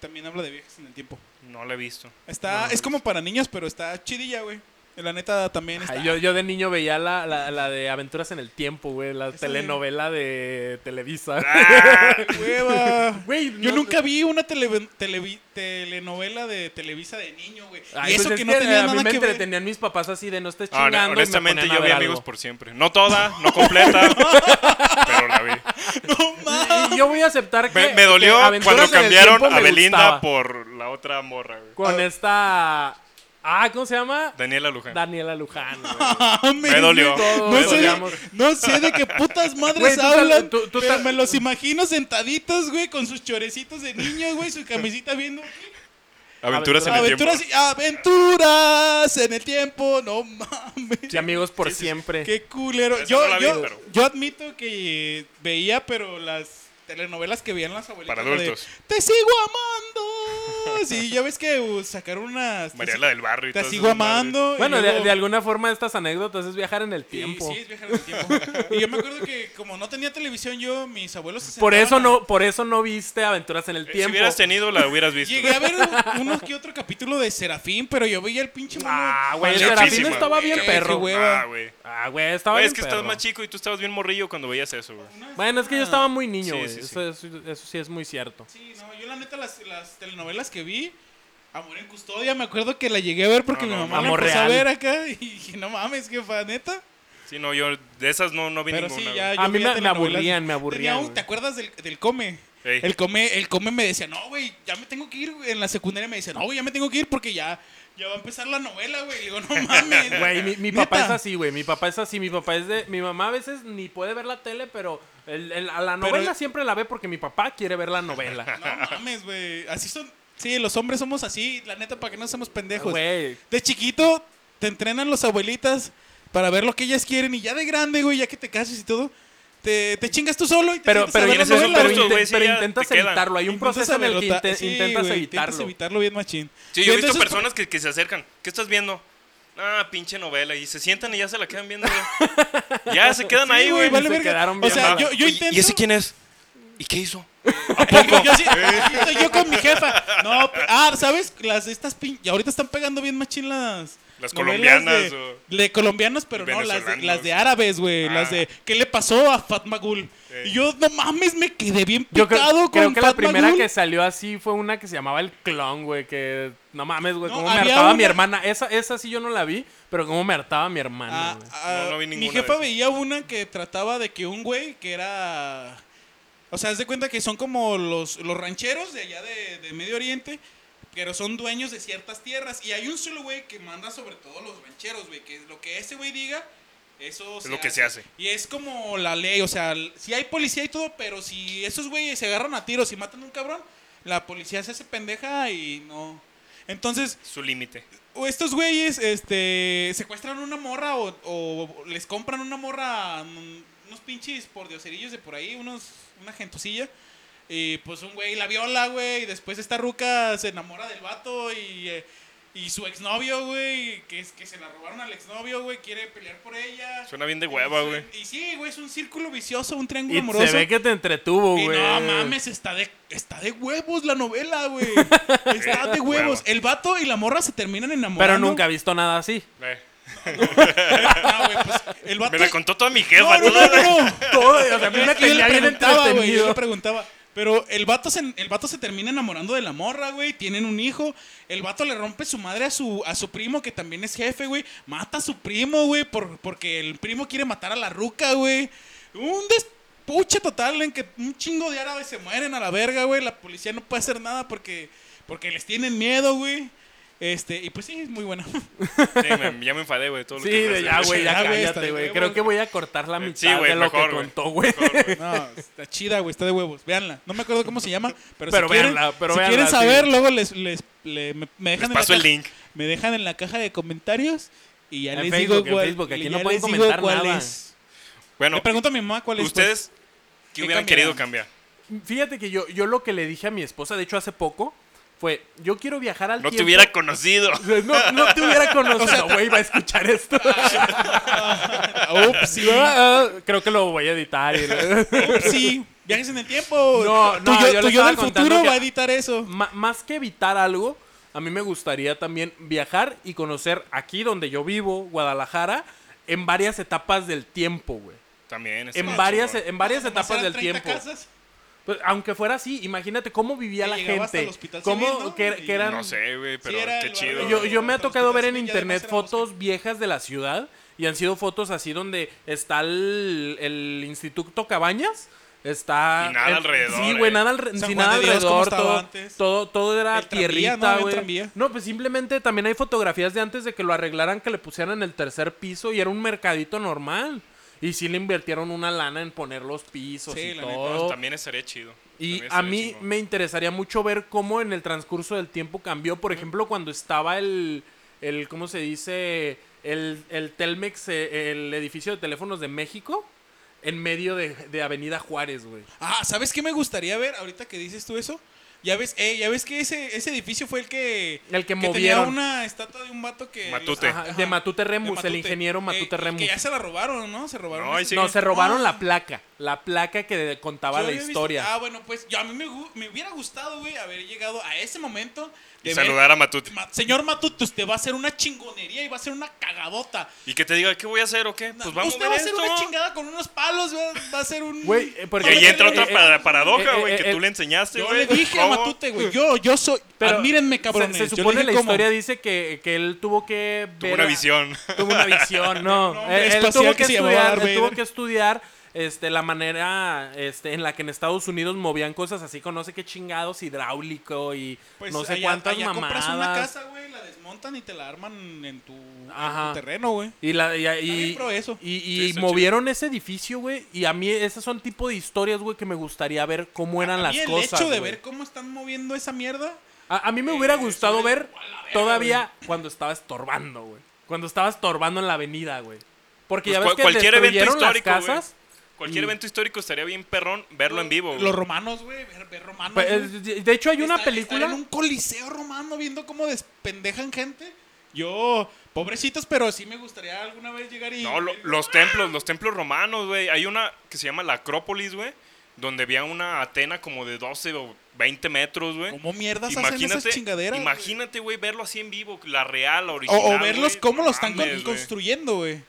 B: También habla de viajes en el tiempo.
C: No la he visto.
B: Está es como para niños, pero está chidilla, güey. La neta también está.
A: Ay, yo, yo de niño veía la, la, la de Aventuras en el Tiempo, güey. La
B: Esa de-
A: telenovela de Televisa.
C: Ah,
B: Hueva.
A: Güey,
B: Yo
A: no-
B: nunca vi una televi- televi- telenovela de Televisa de niño, güey.
A: Ay,
B: y eso
A: pues es
B: que no tenía
A: a mí
B: nada
A: me
B: que ver.
A: entretenían mis papás así de no estés
C: ah,
A: chingando. y me
C: honestamente,
A: ponían a
C: yo vi
A: ver
C: amigos
A: algo.
C: por siempre. No toda, no completa, pero la vi.
B: No mames.
A: Y yo voy a aceptar que.
B: Eh,
C: Me, me
A: que
C: dolió
A: Aventuras
C: cuando
A: en el
C: cambiaron
A: Tiempo me
C: a Belinda
A: gustaba.
C: por la otra morra, güey.
A: Con esta. Ah, ¿cómo se llama?
C: Daniela Luján.
A: Daniela Luján. güey.
B: Mames,
C: dolió,
B: güey.
A: me
B: No sé,
A: dolió,
B: de-
A: amor.
B: no sé de qué putas
A: Güey,
B: madres
A: tú tal-
B: hablan.
A: tú- tú
B: pero
A: tal-
B: me los imagino sentaditos, güey, con sus chorecitos de niño, güey, su camisita viendo.
C: Aventuras en el
B: Aventuras,
C: tiempo.
B: y- aventuras en el tiempo. No mames.
A: Sí, amigos por siempre.
B: Qué culero.
C: Esa
B: Yo,
C: no la vi,
B: yo,
C: pero-
B: yo admito que veía, pero las telenovelas que veían las abuelitas.
C: Para
B: la de,
C: adultos.
B: Te sigo amando. Sí, ya ves que uh, sacaron unas.
C: Mariela del Barrio y
B: Te
C: todas
B: sigo
C: esas madres.
B: amando. y
A: Bueno, de,
B: luego-
A: de alguna forma estas anécdotas es viajar en el
B: Sí,
A: tiempo.
B: Sí, es viajar en el tiempo. y yo me acuerdo que como no tenía televisión yo, mis abuelos se
A: por eso
B: sentaban a-
A: no, por eso no viste Aventuras en el
C: Eh, Si
A: tiempo.
C: hubieras tenido, la hubieras visto.
B: Llegué a ver un- unos que otro capítulo de Serafín, pero yo veía el pinche mono.
A: Ah, güey, el
C: Chafísima,
A: Serafín estaba
C: güey.
A: bien
B: Qué
A: perro.
B: güey.
C: Ah, güey.
A: Ah, güey, estaba
C: Güey,
A: bien
C: es que estás
A: perro.
C: más chico y tú estabas bien morrillo cuando veías eso, güey.
A: Bueno, es que yo estaba muy niño,
C: Sí,
A: güey.
C: sí, sí.
A: Eso, eso- eso sí es muy cierto.
B: Sí, no, yo la neta las, las telenovelas que vi, Amor en Custodia, me acuerdo que la llegué a ver porque
C: No,
B: mi
C: no,
B: mamá la
A: Amor
B: empezó a
A: Real.
B: ver acá y dije, no mames, qué fa, neta.
C: Sí, no, yo de esas no, no vi
B: Pero sí,
C: ninguna.
B: ya
C: güey.
B: yo
A: A mí
B: veía
A: me- me
B: telenovelas.
A: aburrían, me aburrían,
B: Tenía un-
A: güey.
B: ¿Te acuerdas del, del come?
C: Ey.
B: El come, el come me decía, no, güey, ya me tengo que ir. güey". En la secundaria me decía, no, güey, ya me tengo que ir porque ya, ya va a empezar la novela, güey. Y digo, no mames.
A: Güey, mi, mi papá
B: Neta.
A: es así, güey. Mi papá es así. Mi papá es de. Mi mamá a veces ni puede ver la tele, pero el- el- a la
B: Pero-
A: novela siempre la ve porque mi papá quiere ver la novela.
B: No mames, güey. Así son. Sí, los hombres somos así. La neta, ¿para que no somos pendejos?
A: Güey.
B: De chiquito te entrenan los abuelitas para ver lo que ellas quieren y ya de grande, güey, ya que te cases y todo, te, te chingas tú solo y te
A: Pero,
B: sientas
A: pero,
B: a ver
C: tienes
B: la
A: inten-
C: esos
B: novela,
A: pero
B: güey.
C: gustos, güey,
A: inten-
C: sí,
A: pero
C: ya te
A: intentas
C: quedan.
A: evitarlo. Hay un
B: Intentas
A: proceso en el que
B: averota-
A: inte-
B: sí,
A: intentas
B: güey,
A: evitarlo.
B: evitarlo bien machín.
C: Sí, yo he
B: Y
C: visto
B: entonces, pues
C: personas que, que se acercan. ¿Qué estás viendo? Ah, pinche novela. Y se sientan y ya se la quedan viendo. güey. ya se quedan
B: sí,
C: ahí, güey.
B: vale
A: se
B: verga.
A: quedaron
B: O
A: bien
B: sea,
A: mal.
B: yo, yo
C: Oye,
B: intento...
C: ¿Y ese quién es? ¿Y qué hizo?
B: Yo, yo sí- yo con mi jefa. No, pe- ah, ¿sabes? Las de estas pin... y ahorita están pegando bien machín las novelas
C: Las colombianas,
B: de, de colombianos, pero no las de,
C: venezolanos.
B: las de árabes, güey,
C: Ah.
B: las de ¿Qué le pasó a Fatmagul?
C: Eh.
B: Y yo no mames, me quedé bien
A: Yo
B: picado
A: creo, creo
B: con
A: que la primera
B: Fatmagul.
A: que salió así fue una que se llamaba El Clon, güey. Que no mames, güey.
B: No,
A: cómo me
B: había
A: hartaba
B: una-
A: mi hermana. Esa, esa sí yo no la vi, pero cómo me hartaba mi hermana,
B: Ah,
A: güey.
B: ah,
C: No, no vi
B: mi
C: ninguna
B: jefa
C: de esas.
B: veía una que trataba de que un güey que era. O sea, haz de cuenta que son como los, los rancheros de allá de, de Medio Oriente, pero son dueños de ciertas tierras. Y hay un solo güey que manda sobre todo los rancheros, güey, que lo que ese güey diga, eso
C: lo que se hace.
B: Y es como la ley, o sea, si hay policía y todo, pero si esos güeyes se agarran a tiros y matan a un cabrón, la policía se hace pendeja y no. Entonces,
C: Su límite.
B: o estos güeyes, este, secuestran una morra o, o les compran una morra, mm, unos pinches por dioserillos de por ahí, unos, una gentusilla. Y pues un güey la viola, güey, y después esta ruca se enamora del vato y, eh, y su exnovio, güey, que, es, que se la robaron al exnovio, güey, quiere pelear por ella.
C: Suena bien de hueva, güey.
B: Y sí, güey, es un círculo vicioso, un triángulo
A: Y
B: amoroso.
A: se ve que te entretuvo,
B: Y
A: güey.
B: no mames, está de, está de huevos la novela, güey. Está de
C: Huevo.
B: huevos. El vato y la morra se terminan enamorando.
A: Pero nunca he visto nada así.
C: Eh,
B: Ah, güey, pues, el vato.
C: Me la contó toda mi
B: No,
C: jefa.
B: no,
C: toda-
B: no, no.
A: Todo, o sea, a mí me
B: Es que yo
A: tenía
B: le
A: bien
B: preguntaba, güey. Yo
A: entretenido.
B: le preguntaba. Pero el vato, se, el vato se termina enamorando de la morra, güey. Tienen un hijo. El vato le rompe su madre a su, a su primo, que también es jefe, güey. Mata a su primo, güey, por, porque el primo quiere matar a la ruca, güey. Un despuche total en que un chingo de árabes se mueren a la verga, güey. La policía no puede hacer nada porque, porque les tienen miedo, güey. Este, y pues sí, es muy buena.
C: Sí, me- ya me enfadé, güey. todo lo
A: Sí,
C: que-
A: de ya, güey, ya
B: Ya, güey, está
A: cállate,
B: de
A: güey.
B: huevos.
A: Creo que voy a cortar la mitad
C: Sí, güey,
A: de lo
C: mejor,
A: que
C: güey.
A: contó, güey.
C: Mejor, güey.
B: No, está chida, güey, está de huevos. Véanla. No me acuerdo cómo se llama, pero,
A: Pero
B: si quieren,
A: véanla, pero
B: si
A: véanla,
B: quieren
A: sí.
B: saber, luego les, les, le- me, me
C: Les
B: dejan en la
C: paso el
B: caja-
C: link.
B: Me dejan en la caja de comentarios y ya
A: En
B: les
A: Facebook, en
B: digo cuál,
A: Facebook, aquí
B: ya
A: no
B: les
A: pueden
B: digo
A: comentar
B: cuál
A: nada.
B: es.
C: Bueno,
B: Le pregunto a mi mamá cuál es. pues.
C: ustedes, ¿qué
B: ¿Qué
C: hubieran
B: cambiaron?
C: querido cambiar?
A: Fíjate que yo, yo lo que le dije a mi esposa, de hecho hace poco, fue, yo quiero viajar al
C: No te
A: tiempo.
C: hubiera conocido.
A: No, no te hubiera conocido, güey, va a escuchar esto.
B: Ups, sí.
A: Ah, ah, Creo que lo voy a editar. y-
B: Ups, sí. Viajes en el tiempo.
A: No, no,
B: tu yo,
A: yo
B: tu
A: le
B: yo
A: estaba
B: del
A: contando
B: futuro
A: que-
B: va a editar eso.
A: Ma- más que evitar algo, a mí me gustaría también viajar y conocer aquí donde yo vivo, Guadalajara, en varias etapas del tiempo, güey.
C: También. está
A: En
C: muy
A: varias, e-,
C: chingón.
A: en varias
B: Nomás
A: etapas
B: eran
A: del
B: 30
A: tiempo.
B: casas.
A: Pues, aunque fuera así, imagínate cómo vivía
B: Que
A: la
B: llegaba hasta el
A: gente.
B: hospital
A: Cómo,
B: civil, ¿no?
A: que,
B: Y-
A: que eran,
C: No sé, güey, pero
B: era
C: qué
B: el
C: chido.
B: barrio.
A: yo, yo me ha
B: Hasta el
A: tocado ver en
B: hospital civil y además
A: internet
B: era bosque.
A: fotos viejas de la ciudad y han sido fotos así donde está el, el Instituto Cabañas. Está.
C: Y nada
A: el-
C: alrededor,
A: Sí, güey,
C: eh.
A: nada, alre-
B: San
A: sin
B: Juan
A: nada
B: de Dios, ¿cómo
A: alrededor.
B: estaba
A: Todo,
B: antes?
A: todo, todo era
B: El tranvía, ¿no?
A: tierrita,
B: Había un
A: güey.
B: tranvía.
A: No, pues simplemente también hay fotografías de antes de que lo arreglaran, que le pusieran el tercer piso y era un mercadito normal. Y sí le invirtieron una lana en poner los pisos
B: Sí,
A: y
B: la neta,
A: todo.
C: También estaría chido.
A: Y
C: También
A: a
C: estaría
A: mí
C: chingón.
A: me interesaría mucho ver cómo en el transcurso del tiempo cambió. Por ejemplo, cuando estaba el, el ¿cómo se dice? El, el Telmex, eh, el edificio de teléfonos de México, en medio de, de Avenida Juárez, güey.
B: Ah, ¿sabes qué me gustaría ver ahorita que dices tú eso? Ya ves, eh, ya ves que ese, ese edificio fue el que
A: El que
B: tenía
A: movieron.
B: una estatua de un vato que
C: Matute.
A: Ajá, de Matute Remus,
B: De
A: el ingeniero Matute
B: Eh,
A: Remus.
B: Que ya se la robaron, ¿no? Se robaron.
C: No,
B: esa-
C: y sí.
A: No, se robaron
B: Ah.
A: la placa, la placa que de- contaba
B: Yo
A: la
B: había visto-
A: historia.
B: Ah, bueno, pues yo a mí me, gu- me hubiera gustado, güey, haber llegado a ese momento
C: Y
B: de ver,
C: saludar a Matute.
B: "Ma- señor Matute, usted va a hacer una chingonería y va a hacer una cagadota.
C: Y que te diga, ¿qué voy a hacer o qué? Pues vamos a
B: usted
C: ver
B: va a hacer
C: esto.
B: una chingada con unos palos, va, va a hacer un
A: Güey, eh, por
B: va
C: Y
B: a
C: ahí
A: ejemplo,
B: meterle-
C: entra otra
A: Eh, eh,
C: para- paradoja,
A: eh,
C: güey,
A: eh,
C: que tú
A: eh,
C: le enseñaste,
B: Yo le
C: güey.
B: dije a
C: ¿Cómo?
B: Matute, güey, yo yo soy
A: Pero
B: admírenme,
A: se-
B: cabrones.
A: Se,
B: Yo le
A: supone
B: dije
A: la
B: cómo.
A: historia dice que, que él tuvo que
C: Tuvo
A: ver
C: una
A: a-
C: visión. Pues
A: Tuvo una visión, no.
B: No,
A: él, él
B: espacial
A: tuvo que,
B: que se llamaba
A: estudiar,
B: Darth
A: él tuvo
B: Vader.
A: que estudiar este, la manera este, en la que en Estados Unidos movían cosas así con no sé qué chingados, hidráulico y
B: Pues
A: no sé
B: allá-
A: cuántas
B: allá
A: mamadas.
B: compras una casa, güey, la desmontan y te la arman en tu, en tu
A: Ajá.
B: terreno, güey.
A: Y, la, y, y-
B: bien pro eso.
A: y- y
C: Sí, está
A: movieron ese edificio, güey. Y a mí esas son tipo de historias, güey, que me gustaría ver cómo eran
B: A
A: las
B: mí el
A: cosas.
B: hecho de
A: güey.
B: ver cómo están moviendo esa mierda
A: A, a mí me hubiera
B: Eh,
A: gustado
B: sobre-
A: ver
B: a la verga,
A: todavía cuando estaba estorbando, güey. Cuando estaba estorbando en la avenida, güey. Porque
C: Pues
A: ya ves
C: cual-
A: que
C: cualquier evento
A: destruyeron las
C: histórico, güey.
A: casas. Y-
C: Cualquier evento histórico estaría bien perrón verlo en vivo, güey.
B: Los romanos, güey, ver, ver romanos.
A: Oh. Pues,
B: güey.
A: eh, de hecho, hay una
B: Estar-
A: película.
B: estar en un coliseo romano viendo cómo despendejan gente. Yo, pobrecitos, pero sí me gustaría alguna vez llegar y.
C: No, lo- los templos, los templos romanos, güey. Hay una que se llama la Acrópolis, güey, donde había una Atena como de 12 o 20 metros, güey.
B: ¿Cómo mierdas hacen
C: Imagínate,
B: esas chingaderas? güey?
C: imagínate, güey, verlo así en vivo, la real, la
B: O,
C: original.
B: o verlos
C: güey.
B: cómo
C: No
B: lo están con-
C: mames, güey.
B: construyendo, güey.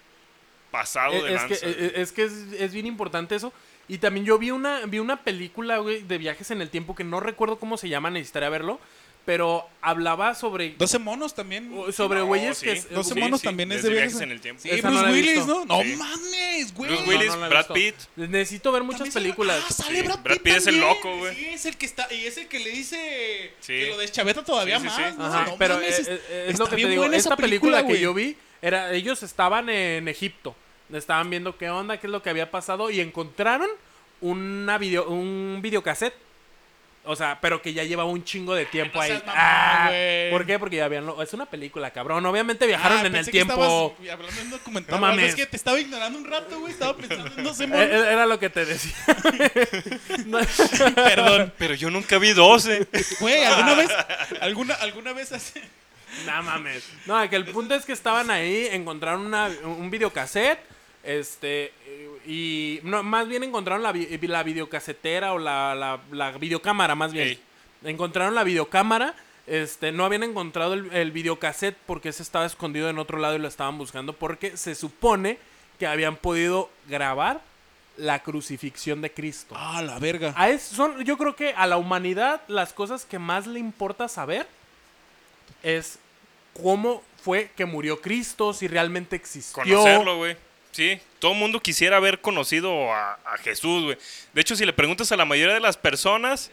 C: Pasado
A: Eh,
C: de
A: es,
C: lanza.
A: que, eh, es que es, es bien importante eso. Y también yo vi una, vi una película, güey, de viajes en el tiempo que no recuerdo cómo se llama, necesitaría verlo. Pero hablaba sobre.
B: 12 monos también.
A: o- Sobre
C: No,
A: güeyes
C: sí.
A: que. es-
B: Los
A: güey,
B: monos también es de
C: viajes
B: viajes
C: en el tiempo.
B: sí,
A: esa
B: Bruce
A: no la he
B: Willis,
A: visto.
B: ¿no? No
C: Sí.
B: mames, güey.
C: Bruce Willis,
A: la he
C: Brad
A: visto.
C: Pitt.
A: Necesito ver muchas
B: También sale-
A: películas.
B: Ah, sale
C: Sí,
B: Brad Pitt.
C: Brad Pitt es el
B: también.
C: loco, güey.
B: Sí, es el que está. Y es el que le dice.
C: Sí.
B: Que lo deschaveta todavía
C: Sí, sí, sí.
B: más. ¿no?
A: Ajá,
B: No
A: pero
B: mames,
A: eh,
B: es-
A: eh, eh, es
B: está
A: lo que te
B: bien
A: digo.
B: buena esa
A: Esta película,
B: güey.
A: que yo vi, era, ellos estaban en Egipto. Estaban viendo qué onda, qué es lo que había pasado y encontraron una video, un videocassette. O sea, pero que ya llevaba un chingo de tiempo
B: no
A: ahí.
B: seas mamón,
A: Ah,
B: güey.
A: ¿Por qué? Porque ya habían... lo- Es una película, cabrón. Obviamente viajaron
B: Ah,
A: en el
B: pensé que
A: tiempo.
B: estabas hablando de un documental.
A: No
B: No
A: mames.
B: Es que te estaba ignorando un rato, güey. Estaba pensando en no sé,
A: Eh,
B: monos.
A: eh, Era lo que te decía. No,
B: eh, Perdón.
C: Pero yo nunca vi 12.
A: eh.
B: Güey,
C: Ah.
B: ¿alguna vez? ¿Alguna, alguna vez hace?
A: No mames. No, que el punto es que estaban ahí, encontraron una- un videocassette, este, y no, más bien encontraron la, vi- la videocasetera o la, la- la videocámara, más bien.
C: Ey.
A: Encontraron la videocámara, este, no habían encontrado el, el videocassette porque ese estaba escondido en otro lado y lo estaban buscando porque se supone que habían podido grabar la crucifixión de Cristo.
B: Ah, la verga.
A: A es- son, yo creo que a la humanidad las cosas que más le importa saber es cómo fue que murió Cristo, si realmente existió.
C: Conocerlo, güey. Sí, todo el mundo quisiera haber conocido a, a Jesús, güey. De hecho, si le preguntas a la mayoría de las personas,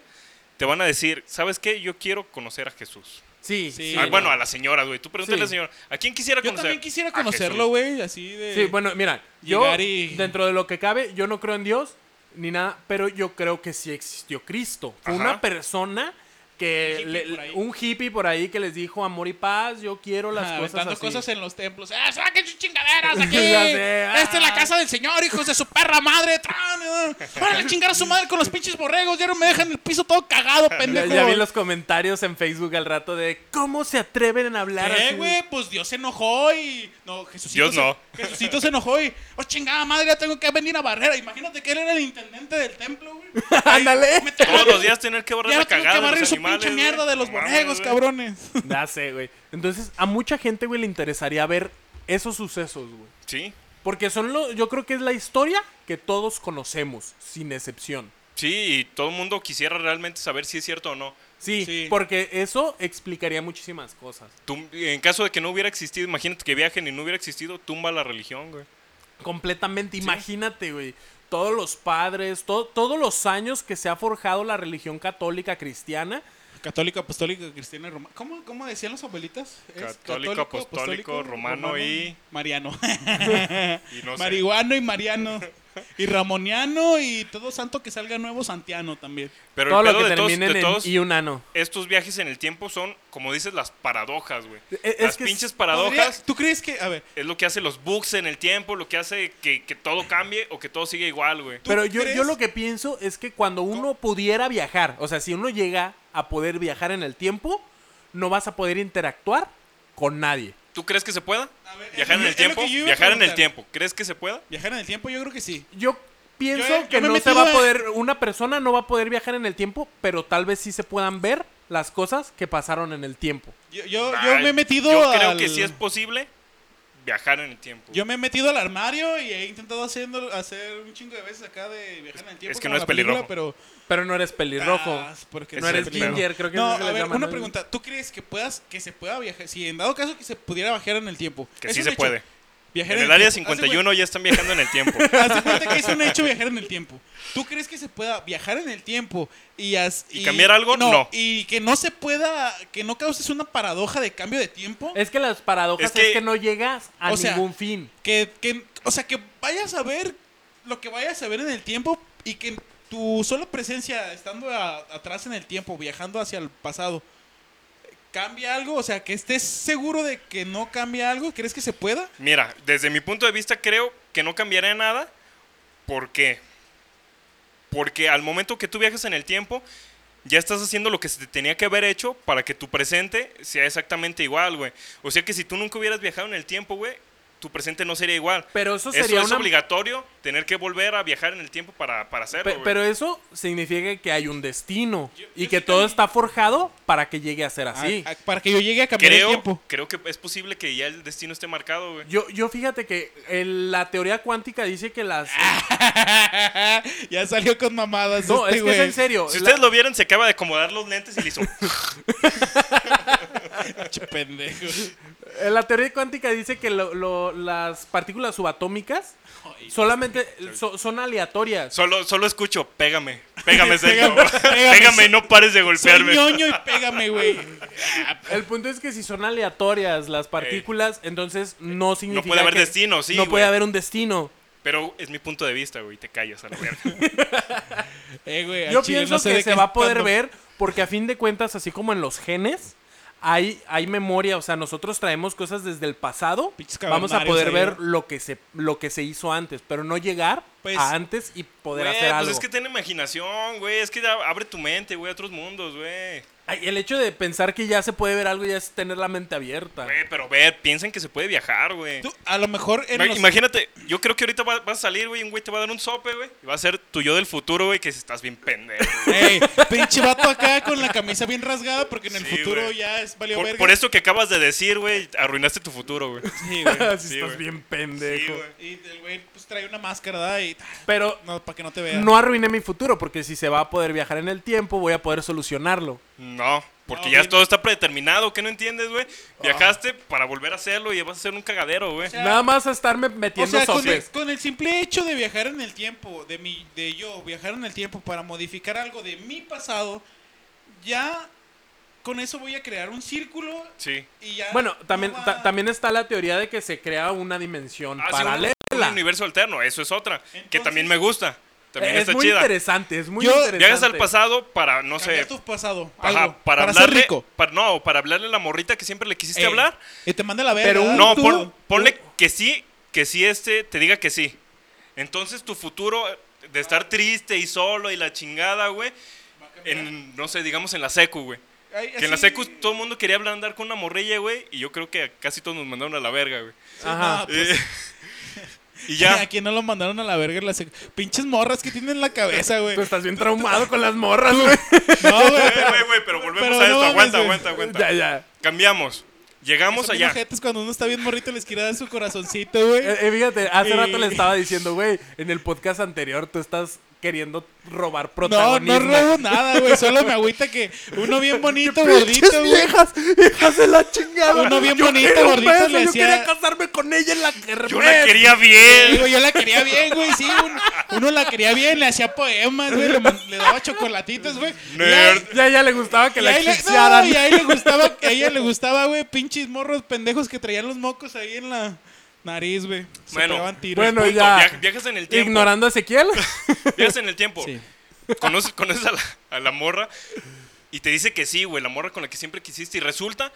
C: te van a decir, ¿sabes qué? Yo quiero conocer a Jesús.
A: Sí,
B: Sí.
A: sí.
C: Ah, bueno, a la señora, güey. Tú pregúntale
A: Sí.
C: a la señora, ¿a quién quisiera
B: Yo
C: conocer?
B: también quisiera
C: "A Ah, Jesús".
B: conocerlo, güey. Así de.
A: Sí, bueno, mira, yo
B: Llegar y-
A: dentro de lo que cabe, yo no creo en Dios ni nada, pero yo creo que sí existió Cristo. Fue
C: Ajá.
A: una persona que
B: Un
A: le-
B: hippie por ahí.
A: un hippie por ahí que les dijo amor y paz, yo quiero las
B: Ah,
A: cosas
B: aventando
A: así.
B: cosas en los templos. ¡Ah, saquen sus chingaderas aquí!
A: Ya sé, ah.
B: ¡Esta es la casa del señor, hijos de su perra madre! ¡Tran! ah! ¡Órale, chingar a su madre con los pinches borregos! ¡Ya no me dejan el piso todo cagado,
A: Ya,
B: pendejo!
A: ya vi los comentarios en Facebook al rato de cómo se atreven a hablar
B: ¿Qué,
A: así.
B: güey? Pues Dios se enojó y... No, Jesucito
C: Dios no.
B: Se... Jesucito se enojó y... ¡Oh, chingada madre! Ya tengo que venir a barrera. Imagínate que él era el intendente del templo, güey.
A: Ándale.
C: Todos los días tener que barrer
B: Ya
C: la
B: no tengo
C: cagada
B: que
C: de los
B: barrer su
C: animales,
B: pinche mierda
C: güey.
B: de los
C: No mames,
B: borregos,
C: güey.
B: cabrones.
A: Ya sé, güey. Entonces, a mucha gente, güey, le interesaría ver esos sucesos, güey.
C: Sí,
A: Porque son lo, yo creo que es la historia que todos conocemos, sin excepción.
C: sí, y todo el mundo quisiera realmente saber si es cierto o no.
A: Sí,
B: Sí.
A: porque eso explicaría muchísimas cosas.
C: Tú- en caso de que no hubiera existido, imagínate que viajen y no hubiera existido, tumba la religión, güey.
A: Completamente, imagínate, güey. Todos los padres, to- todos los años que se ha forjado la religión católica cristiana,
B: Católico, apostólico, cristiano y romano. ¿Cómo, cómo decían los abuelitas? Es
C: Católico, apostólico, romano y-
B: Mariano.
C: Y no sé.
B: Marihuano y Mariano. Y Ramoniano y todo santo que salga nuevo, Santiano también.
C: Pero
A: todo
C: el
A: lo
C: pedo
A: que
C: de todos,
A: terminen
C: de
A: en
C: todos
A: y un ano.
C: estos viajes en el tiempo son, como dices, las paradojas, güey.
A: E- es
C: Las
A: que es-
C: pinches
B: Podría-
C: paradojas
B: ¿Tú crees que.? A ver.
C: es lo que hace los bugs en el tiempo, lo que hace que, que todo cambie o que todo siga igual, güey.
B: ¿Tú
A: Pero yo, yo
B: crees?
A: lo que pienso es que cuando uno pudiera viajar, o sea, si uno llega a poder viajar en el tiempo, no vas a poder interactuar con nadie.
C: ¿Tú crees que se pueda?
B: A ver,
C: ¿Viajar
B: es-
C: en el
B: es lo que
C: tiempo?
B: yo iba a
C: Viajar en el
B: preguntar.
C: tiempo. ¿Crees que se pueda?
B: Viajar en el tiempo, yo creo que sí.
A: Yo pienso
B: Yo- yo
A: que
B: me he
A: no se
B: metido
A: va a
B: a-
A: poder, una persona no va a poder viajar en el tiempo, pero tal vez sí se puedan ver las cosas que pasaron en el tiempo.
B: Yo, yo, yo
C: Ay,
B: me he metido.
C: Yo creo
B: al-
C: que sí es posible viajar en el tiempo.
B: Yo me he metido al armario y he intentado haciendo, hacer un chingo de veces acá de viajar en el tiempo.
C: es que
B: como
C: no es
B: la película,
C: pelirrojo.
B: Pero
A: Pero no eres pelirrojo.
B: Ah, porque
C: No
B: es
C: eres
B: el peligro.
A: ginger, creo que
B: no,
A: es lo que
B: a
A: les
B: ver,
A: llaman,
B: una
A: ¿no?
B: pregunta. ¿Tú crees que puedas, que se pueda viajar? Si en dado caso que se pudiera viajar en el tiempo.
C: Que
B: Es
C: sí
B: un
C: se
B: hecho.
C: puede.
B: Viajar
C: En el área
B: tiempo. Haz de
C: 51 ya están viajando en el tiempo.
B: cuen- Haz de cuenta que es un hecho viajar en el tiempo. ¿Tú crees que se pueda viajar en el tiempo y, haz-
C: ¿Y cambiar algo? No.
B: Y que no se pueda, que no causes una paradoja de cambio de tiempo.
A: Es que las paradojas
C: Es
A: es
C: que-
A: que, no llegas a
B: O sea,
A: ningún fin.
B: Que, que- o sea, que vayas a ver lo que vayas a ver en el tiempo y que tu sola presencia estando a- atrás en el tiempo, viajando hacia el pasado, cambia algo. O sea, que estés seguro de que no cambia algo. ¿Crees que se pueda?
C: Mira, desde mi punto de vista creo que no cambiaría nada. ¿Por qué? Porque al momento que tú viajas en el tiempo, ya estás haciendo lo que se te tenía que haber hecho para que tu presente sea exactamente igual, güey. O sea que si tú nunca hubieras viajado en el tiempo, güey, tu presente no sería igual.
A: Pero eso
C: Eso
A: sería
C: es
A: una-
C: obligatorio, tener que volver a viajar en el tiempo para, para hacerlo.
A: Pe-
C: güey.
A: pero eso significa que hay un destino y
B: yo
A: que
B: sí
A: todo
B: también- Ah,
A: está forjado para que llegue a ser así.
B: A- a- para que yo llegue a cambiar el
C: creo,
B: tiempo.
C: creo que es posible que ya el destino esté marcado, güey.
A: Yo, yo fíjate que el- la teoría cuántica dice que las...
C: Ah,
B: ya salió con mamadas.
A: no, es
B: este
A: que
B: güey.
A: es en serio.
C: Si
A: la-
C: ustedes lo vieron, se acaba de acomodar los lentes y le hizo.
B: Che, pendejo.
A: eh, la, teoría cuántica dice que lo- lo- las partículas subatómicas solamente so- son aleatorias.
C: Solo, solo escucho, pégame, pégame, Sergio.
B: Pégame,
C: pégame,
B: pégame,
C: y no pares de
B: Soy
C: golpearme.
B: ñoño y pégame, güey.
A: El punto es que si son aleatorias las partículas, entonces no significa
C: Eh. puede haber
A: que-
C: destino, sí,
A: No
C: güey.
A: puede haber un destino.
C: Pero es mi punto de vista, güey, te callas a la verga.
B: Eh, güey, al
A: Yo
B: chile
A: pienso
B: no sé de
A: que
B: qué
A: se va a poder
B: estando-
A: ver porque a fin de cuentas, así como en los genes, hay, hay memoria, o sea, nosotros traemos cosas desde el pasado,
B: Pinches
A: vamos a
B: cavernarios
A: poder
B: ahí,
A: ver
B: ¿no?
A: lo que se lo que se hizo antes, pero no llegar
B: Pues,
A: a antes y poder
C: Güey,
A: hacer
C: pues
A: algo.
C: es que ten imaginación, güey. Es que ya abre tu mente, güey, a otros mundos, güey.
A: Ay, el hecho de pensar que ya se puede ver algo ya es tener la mente abierta.
C: Güey, pero ver, piensen que se puede viajar, güey.
B: Tú, a lo mejor en
C: Ima-
B: los-
C: Imagínate, yo creo que ahorita va- vas a salir, güey, y un güey te va a dar un sope, güey. Y va a ser tu yo del futuro, güey, que si estás bien pendejo. güey.
B: Ey, pinche vato acá con la camisa bien rasgada porque en el
C: Sí,
B: futuro
C: güey.
B: ya es valió
C: Por,
B: verga.
C: por eso que acabas de decir, güey, arruinaste tu futuro, güey.
B: Sí, güey.
A: si
C: sí,
A: estás
C: güey.
A: bien
C: Sí,
A: pendejo.
C: güey.
B: Y el güey pues trae una máscara ¿verdad? y ah,
A: pero
B: no para que no te vea.
A: no arruiné mi futuro porque si se va a poder viajar en el tiempo, voy a poder solucionarlo.
C: No, Ah. porque
B: No,
C: ya
B: güey.
C: todo está predeterminado, ¿qué no entiendes, güey? Viajaste para volver a hacerlo y vas a ser un cagadero, güey.
B: sea,
A: Nada más a estarme
B: O
A: metiendo
B: sea, con el,
A: sopes.
B: con el simple hecho de viajar en el tiempo, de mi de yo viajar en el tiempo para modificar algo de mi pasado, ya con eso voy a crear un círculo
C: Sí.
B: y ya
A: Bueno,
B: no
A: también,
B: va-
A: ta- también está la teoría de que se crea una dimensión
C: Ah, sí, un-
A: paralela.
C: Un, universo alterno, eso es otra. que
B: Entonces-
C: también me gusta.
B: Eh,
C: También
A: es
C: está
A: muy
C: chida.
A: interesante, es muy
B: Yo-
A: interesante.
C: Viajas al pasado para, no
B: cambiar
C: sé.
B: tu pasado,
C: ajá,
B: algo,
C: para,
B: para,
C: hablarle.
B: ser rico.
C: para- no, para hablarle a la morrita que siempre le quisiste
B: Ey,
C: hablar.
B: Y te manda la verga.
A: Pero un-
B: ¿verdad?
C: No,
B: Tú-
C: pon- ponle que sí, que sí este, te diga que sí. Entonces tu futuro eh, de estar triste y solo y la chingada, güey, en, no sé, digamos en la secu, güey.
B: Ay,
C: Que en la
B: así-
C: secu todo el mundo quería hablar, andar con una morrilla, güey, y yo creo que casi todos nos mandaron a la verga, güey.
A: Ajá.
B: Ah, pues,
C: Eh, Y ya.
B: ¿A quién no lo mandaron a la verga? en la sec- Pinches morras que tienen en la cabeza, güey.
A: Tú estás bien traumado con las morras, güey.
B: No, güey.
C: Güey, güey, güey, pero volvemos
B: Pero
C: a
B: no
C: esto.
B: mames,
C: aguanta,
B: güey.
C: aguanta, aguanta.
A: ya, ya.
C: Cambiamos. Llegamos
B: Son bien
C: allá.
B: ojetes cuando uno está bien morrito y les quiere dar su corazoncito, güey.
A: Eh, eh, fíjate, hace
B: Y-
A: rato le estaba diciendo, güey, en el podcast anterior tú estás queriendo robar
B: No,
A: protagonismo.
B: no robo nada, güey. Solo me agüita que uno bien bonito, gordito,
A: ¡Pinches
B: güey.
A: viejas! ¡Hijas de la chingada!
B: Uno bien
A: Yo
B: bonito,
A: quería un
B: gordito,
A: beso,
B: le
A: Yo
B: decía-
A: quería casarme con ella en la kermés.
C: Yo la quería
B: Sí,
C: bien.
B: güey, yo la quería bien, güey, sí. un- uno la quería bien, le hacía poemas, güey. Le, man- le daba chocolatitos, güey. y
C: Nerd.
A: Ya, ya le gustaba que
B: ahí- y
A: la
B: ahí le-
A: asfixiaran.
B: no, y ahí le gustaba, a ella le gustaba, güey, pinches morros pendejos que traían los mocos ahí en la nariz, güey. Se
C: Bueno,
B: pegaban tiros.
A: bueno,
C: Punto.
A: ya.
C: Via- viajas en el tiempo.
A: Ignorando a Ezequiel.
C: Viajas en el tiempo.
B: Sí.
C: Conoces, conoces a, la, a la morra y te dice que sí, güey, la morra con la que siempre quisiste. Y resulta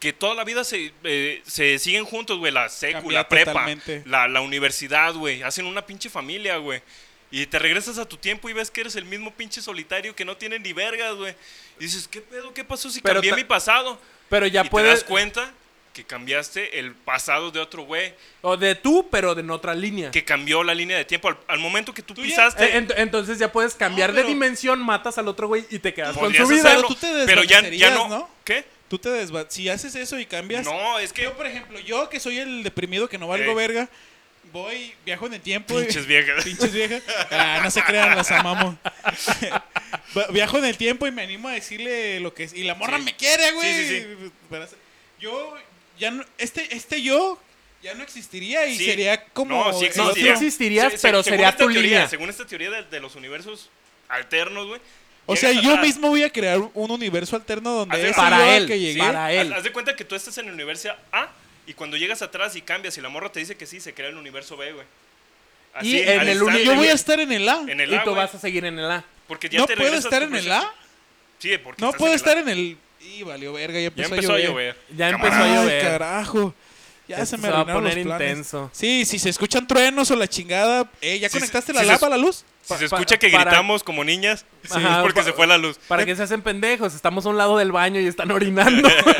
C: que toda la vida se, eh, se siguen juntos, güey, la secu,
B: Cambia
C: la prepa,
B: totalmente.
C: la, la universidad, güey. Hacen una pinche familia, güey. Y te regresas a tu tiempo y ves que eres el mismo pinche solitario que no tiene ni vergas, güey. Y dices, ¿qué pedo? ¿Qué pasó si
A: Pero
C: cambié
A: ta-
C: mi pasado?
A: Pero ya
C: y te das
A: puedes.
C: cuenta que cambiaste el pasado de otro güey,
A: O de tú, pero de en otra línea.
C: que cambió la línea de tiempo. Al, al momento que tú,
B: Tú ya-
C: pisaste...
A: Eh, ent- entonces ya puedes cambiar
B: pero-
A: de dimensión, matas al otro güey y te quedas con su
C: Podrías
A: vida.
C: hacerlo,
B: Pero tú te
C: pero ya, ya
B: desvanecerías,
C: no.
B: ¿no?
C: ¿Qué?
B: Tú te desva... Si haces eso y cambias...
C: No, es que
B: Yo, por ejemplo, yo que soy el deprimido que no valgo
C: Ey.
B: verga, voy, viajo en el tiempo. y-
C: pinches viejas.
B: Pinches viejas. Ah, no se crean, las amamos. Va- Viajo en el tiempo y me animo a decirle lo que es. Y la morra
C: Sí.
B: me quiere, güey.
C: Sí, sí,
B: Pero hace- Yo, ya no, este, este yo ya no existiría y
C: Sí.
B: sería como.
C: No,
A: No, sí
B: el
C: sí existiría.
B: otro.
A: existirías,
C: Se- se-
A: pero
C: según
A: sería
C: esta
A: tu
C: teoría,
A: línea.
C: Según esta teoría de, de los universos alternos, güey.
B: O sea,
C: llegas
B: yo
C: a-
B: mismo voy a crear un universo alterno donde
C: Hacer-
B: ese
A: Para
B: yo al
A: él,
B: que llegué.
A: para
C: Haz,
A: él.
C: haz de cuenta que tú estás en el universo A y cuando llegas atrás y cambias y la morra te dice que sí, se crea el universo B, güey. Así,
A: Y en
C: al
A: el
C: instante,
A: uni-
B: Yo voy
C: güey.
B: a estar en el A.
C: en el
A: Y
C: A,
A: tú
C: güey,
A: vas a seguir en el A.
C: porque ya
B: No
C: te
B: puedo
C: regresas
B: estar
C: tu
B: en el
C: versión-
B: A.
C: Sí, porque
B: No
C: estás
B: puedo
C: en el
B: estar
C: A.
B: en el. Y valió verga, ya
C: Ya
B: empezó,
C: empezó a llover.
A: Ya
C: Camarada.
A: empezó a llover.
B: Ay, carajo. Ya
A: Esto
B: se me
A: se va a
B: arruinaron los
A: poner
B: planes.
A: intenso.
B: Sí, si se escuchan truenos o la chingada. Eh, ¿Ya
C: Si
B: conectaste
C: se-
B: la
C: si se-
B: lapa a la luz?
C: Si se
A: Pa-
C: escucha que
A: para-
C: gritamos como niñas,
A: Ajá,
C: es porque
A: pa-
C: se fue la luz.
B: Eh.
A: ¿Para qué se hacen pendejos? Estamos a un lado del baño y están orinando. Pues,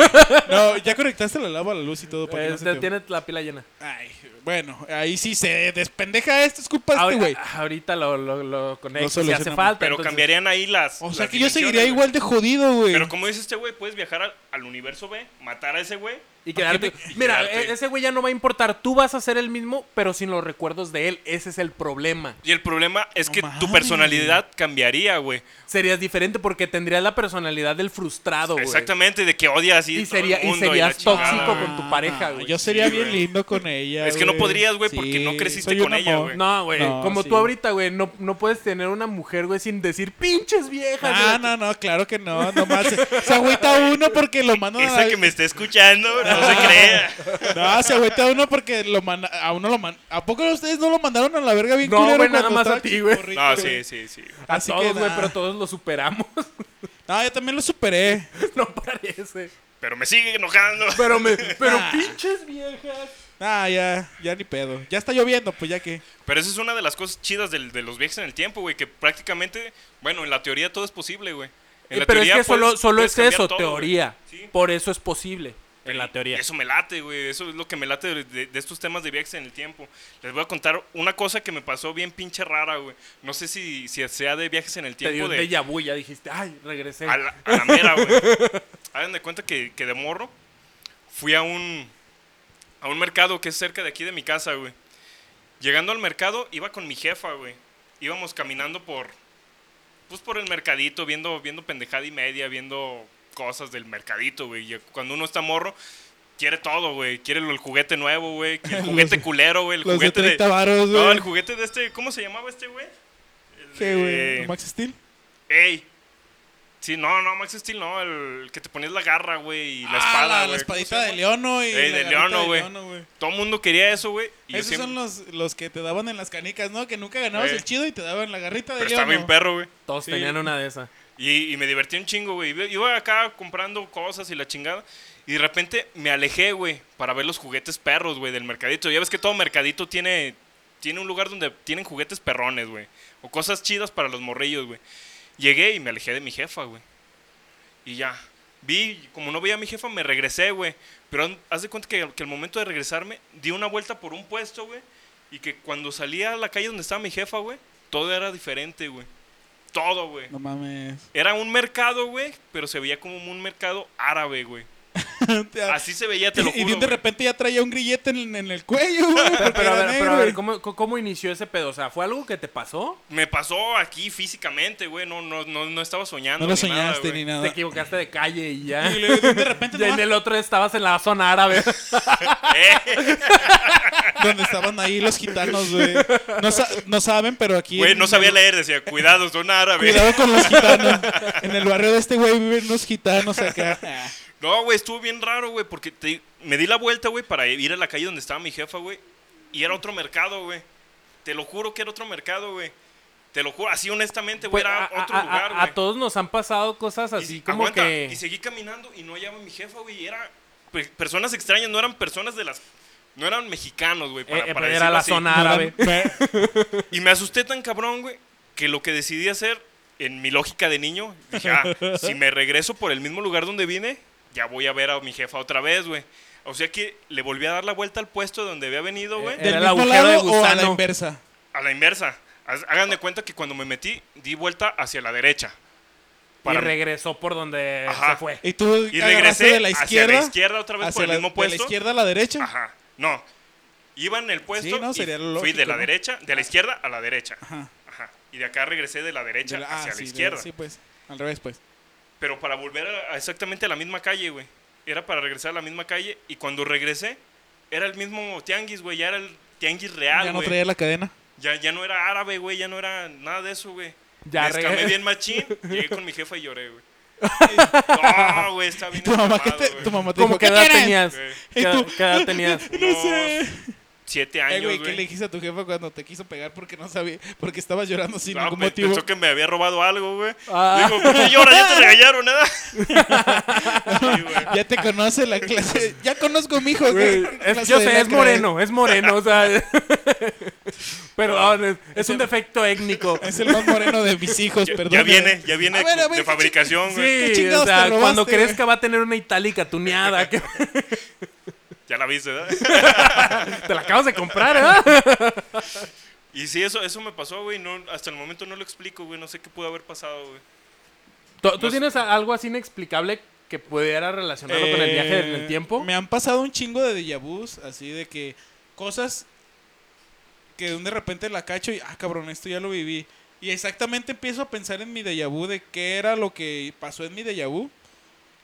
B: No, ya conectaste la lava a la luz y todo
C: Pues,
B: para que no se
A: Este,
B: te-
A: tiene la pila llena.
B: Ay, bueno, ahí sí se despendeja esto, es culpa de
A: Ahori- ah,
B: este güey.
A: ahorita lo, lo, lo
B: Lo
A: conecto si hace
B: solucionamos.
A: falta.
C: Pero
A: entonces-
C: cambiarían ahí las.
B: O sea
C: las
B: que yo seguiría igual
C: dimensiones, güey.
B: de jodido, güey.
C: Pero como dice este güey, puedes viajar al, al universo B, matar a ese güey.
A: Y quedarte.
C: Y
A: Mira,
C: quedarte.
A: e- ese güey ya no va a importar. Tú vas a ser el mismo, pero sin los recuerdos de él. Ese es el problema.
C: Y el problema es
B: No
C: que
B: mames.
C: tu personalidad cambiaría, güey.
A: Serías diferente porque tendrías la personalidad del frustrado, güey.
C: Exactamente, de que odias así
A: Y,
C: todo el
A: sería, y
C: mundo la
A: serías
C: chingada,
A: tóxico
C: güey.
A: con tu pareja, güey.
B: Yo sería
C: Ah, Sí,
B: bien
C: güey.
B: lindo con ella.
C: Es que no podrías, güey, porque no creciste
B: soy un
C: con ella,
B: amor.
C: güey.
A: No, güey.
B: No,
A: como
B: sí.
A: tú ahorita, güey. No, no puedes tener una mujer, güey, sin decir pinches viejas.
B: Ah,
A: güey".
B: no, no, claro que no, nomás se, se agüita uno porque lo mandan a
C: Esa
B: la-
C: que me está escuchando, no se crea.
B: No, se agüita uno porque lo manda- a uno lo man- ¿A poco ustedes no lo mandaron a la verga bien
A: No,
B: culero
A: güey, nada
B: cuando
A: más a
B: estaba
A: ti, güey.
B: chicorrito,
C: No,
B: güey?
C: sí, sí, sí.
A: A
B: Así
A: todos,
B: que
A: güey,
B: nah.
A: pero todos lo superamos.
B: No, yo también lo superé.
A: no parece.
C: Pero me sigue enojando.
A: Pero me. Pero
B: Ah.
A: pinches viejas.
B: Ah, ya, ya ni pedo. Ya está lloviendo, pues ya que.
C: Pero esa es una de las cosas chidas del- de, los viajes en el tiempo, güey. Que prácticamente, bueno, en la teoría todo es posible, güey. En
A: Eh,
C: la
A: pero es
C: teoría
A: que solo,
C: puedes-
A: solo
C: puedes
A: es
C: cambiar
A: eso,
C: todo, güey.
A: teoría.
C: Sí.
A: Por eso es posible, en la teoría.
C: Eso me late, güey. Eso es lo que me late de, de- de estos temas de viajes en el tiempo. Les voy a contar una cosa que me pasó bien pinche rara, güey. No sé si, si sea de viajes en el
A: Te dio
C: tiempo
A: un
C: de...
A: déjà vu, ya dijiste, ay, regresé.
C: A la, a la mera, güey. Hagan de cuenta que, que de morro fui a un, a un mercado que es cerca de aquí de mi casa, güey. Llegando al mercado iba con mi jefa, güey. Íbamos caminando por... Pues por el mercadito, viendo, viendo pendejada y media, viendo cosas del mercadito, güey. Y Cuando uno está morro, quiere todo, güey. Quiere el juguete nuevo, güey. quiere El juguete culero, güey. El
B: Los de
C: juguete
B: 30 varos, güey.
C: No, el juguete de este... ¿Cómo se llamaba este, güey? El
B: ¿Qué,
C: de-
B: güey? ¿Max Steel?
C: Ey. Sí, no, no, Max Steel no, el que te ponías la garra, güey, y la
B: Ah,
C: espada,
B: la,
C: güey.
B: la
C: ¿Cómo se
B: espadita
C: llama?
B: de Leono y.
C: Ey,
B: la
C: de
B: garrita
C: Leono, güey.
B: güey.
C: Todo el mundo quería eso, güey. Y yo
B: Esos
C: siempre-
B: son los, los que te daban en las canicas, ¿no? Que nunca ganabas
C: Eh.
B: el chido y te daban la garrita de
C: Pero
B: Leono.
C: estaba bien perro, güey.
A: Todos tenían una de esas.
C: Y, y me divertí un chingo, güey. Iba- Iba acá comprando cosas y la chingada. Y de repente me alejé, güey, para ver los juguetes perros, güey, del mercadito. Ya ves que todo mercadito tiene, tiene un lugar donde tienen juguetes perrones, güey. O cosas chidas para los morrillos, güey. Llegué y me alejé de mi jefa, güey. Y ya. Vi, como no veía a mi jefa, me regresé, güey. Pero haz de cuenta que, que al momento de regresarme, di una vuelta por un puesto, güey. Y que cuando salía a la calle donde estaba mi jefa, güey, todo era diferente, güey. Todo, güey.
B: No mames.
C: Era un mercado, güey, pero se veía como un mercado árabe, güey. Así se veía, te lo
B: Ah. Y- y
C: juro.
B: bien de
C: güey.
B: repente ya traía un grillete en, en el cuello, güey. porque
A: Pero a ver, pero a
B: era negro,
A: ver,
B: güey.
A: ¿cómo, co- cómo inició ese pedo? O sea, ¿fue algo que te pasó?
C: Me pasó aquí físicamente, güey. No, no, no, no estaba soñando.
B: No lo
C: ni nada,
B: soñaste
C: güey.
B: ni
A: Te
B: nada.
A: equivocaste de calle y ya.
B: Y luego de repente
A: Ya en
B: nomás,
A: el otro estabas en la zona árabe.
C: Eh,
B: donde estaban ahí los gitanos, güey. No, sa- no saben, pero aquí.
C: Güey,
B: en-
C: no sabía leer, decía, cuidado, son árabes.
B: Cuidado con los gitanos. En el barrio de este güey viven unos gitanos acá.
C: No, güey, estuvo bien raro, güey, porque te- me di la vuelta, güey, para ir a la calle donde estaba mi jefa, güey. Y era otro mercado, güey. Te lo juro que era otro mercado, güey. Te lo juro, así honestamente,
A: Pues,
C: güey,
A: a,
C: era
A: a-
C: otro
A: a-
C: lugar,
A: a
C: güey.
A: todos nos han pasado cosas
C: Y
A: así
C: se-
A: como
C: aguanta,
A: que...
C: Y seguí caminando y no hallaba a mi jefa, güey. y Era pe- personas extrañas, no eran personas de las... No eran mexicanos, güey, para,
A: Eh, eh,
C: para
A: pero era la
C: decirlo así.
A: zona árabe.
C: Y me asusté tan cabrón, güey, que lo que decidí hacer, en mi lógica de niño, dije, ah, si me regreso por el mismo lugar donde vine, ya voy a ver a mi jefa otra vez, güey. O sea que le volví a dar la vuelta al puesto de donde había venido, güey,
A: Eh, eh.
B: ¿Del
A: el
B: mismo
A: agujero de
B: lado o a la
A: gusano.
B: inversa?
C: a la inversa. Haz- Hagan de cuenta que cuando me metí, di vuelta hacia la derecha.
A: Y
C: Para-
A: regresó por donde
C: Ajá.
A: se fue.
B: Y tú
C: Y
B: agarraste
C: regresé
B: de la
C: hacia
B: izquierda.
C: la izquierda otra vez por
B: hacia
C: el
B: la-
C: mismo
B: de la
C: puesto.
B: izquierda a la derecha.
C: Ajá. No. Iba en el puesto
B: Sí, no,
C: y
B: sería lo
C: fui de la
B: lógico, ¿no?
C: derecha, de la izquierda a la derecha.
B: Ajá.
C: Ajá. Y de acá regresé de la derecha
B: De la- ah,
C: hacia
B: sí, de-
C: la izquierda.
B: Sí, pues. Al revés, pues.
C: Pero para volver a, a exactamente a la misma calle, güey. Era para regresar a la misma calle. Y cuando regresé, era el mismo tianguis, güey. Ya era el tianguis real,
B: Ya no
C: güey.
B: traía la cadena.
C: ya, ya no era árabe, güey. Ya no era nada de eso, güey.
A: Ya
C: Ya
A: regre-
C: bien machín. Llegué con mi jefa y lloré, güey. No, güey, está bien.
B: Tu mamá,
C: enfermado,
B: que te,
C: güey.
B: tu mamá te
A: ¿Cómo
B: dijo,
A: qué
B: ¿qué
A: edad
B: quieres?
A: tenías?
C: Eh.
A: ¿Qué,
B: Y tú,
A: qué edad tenías?
B: No sé.
C: Siete
B: Ay, Eh,
C: años,
B: güey, ¿qué le
C: güey.
B: dijiste a tu jefa cuando te quiso pegar porque no sabía, porque estabas llorando sin
C: No,
B: ningún
C: pe-
B: motivo?
C: pensó que Ah, me había robado algo, güey.
A: Ah.
C: Digo, ¿por qué lloras? ¿Ya te regañaron, nada? Sí, güey.
B: Ya te conoce la clase. Ya conozco a mi hijo.
A: Güey,
B: ¿qué
A: es-
B: clase
A: yo
B: de
A: sé, es
B: lacra
A: moreno, es moreno, o sea... Perdón, es, es un defecto étnico.
B: Es el más moreno de mis hijos, perdón. eh.
C: Ya viene, ya viene
B: A ver, a ver,
C: de
B: ¿qué
C: fabricación, güey.
B: ¿Qué
A: Sí,
B: chingados
A: o sea,
B: te robaste,
A: cuando
B: güey?
A: crezca va a tener una itálica tuneada. que-
C: Ya la viste, ¿verdad?
A: te la acabas de comprar, ¿eh?
C: Pues,
A: ¿verdad?
C: Y sí, eso, eso me pasó, güey. No, hasta el momento no lo explico, güey. No sé qué pudo haber pasado, güey.
A: ¿Tú, tú
C: No sé.
A: tienes a- algo así inexplicable que pudiera relacionarlo con el viaje en el
B: Eh,
A: tiempo?
B: Me han pasado un chingo de déjà vus, así de que cosas que de repente la cacho y, ah, cabrón, esto ya lo viví. Y exactamente empiezo a pensar en mi déjà vu, de qué era lo que pasó en mi déjà vu.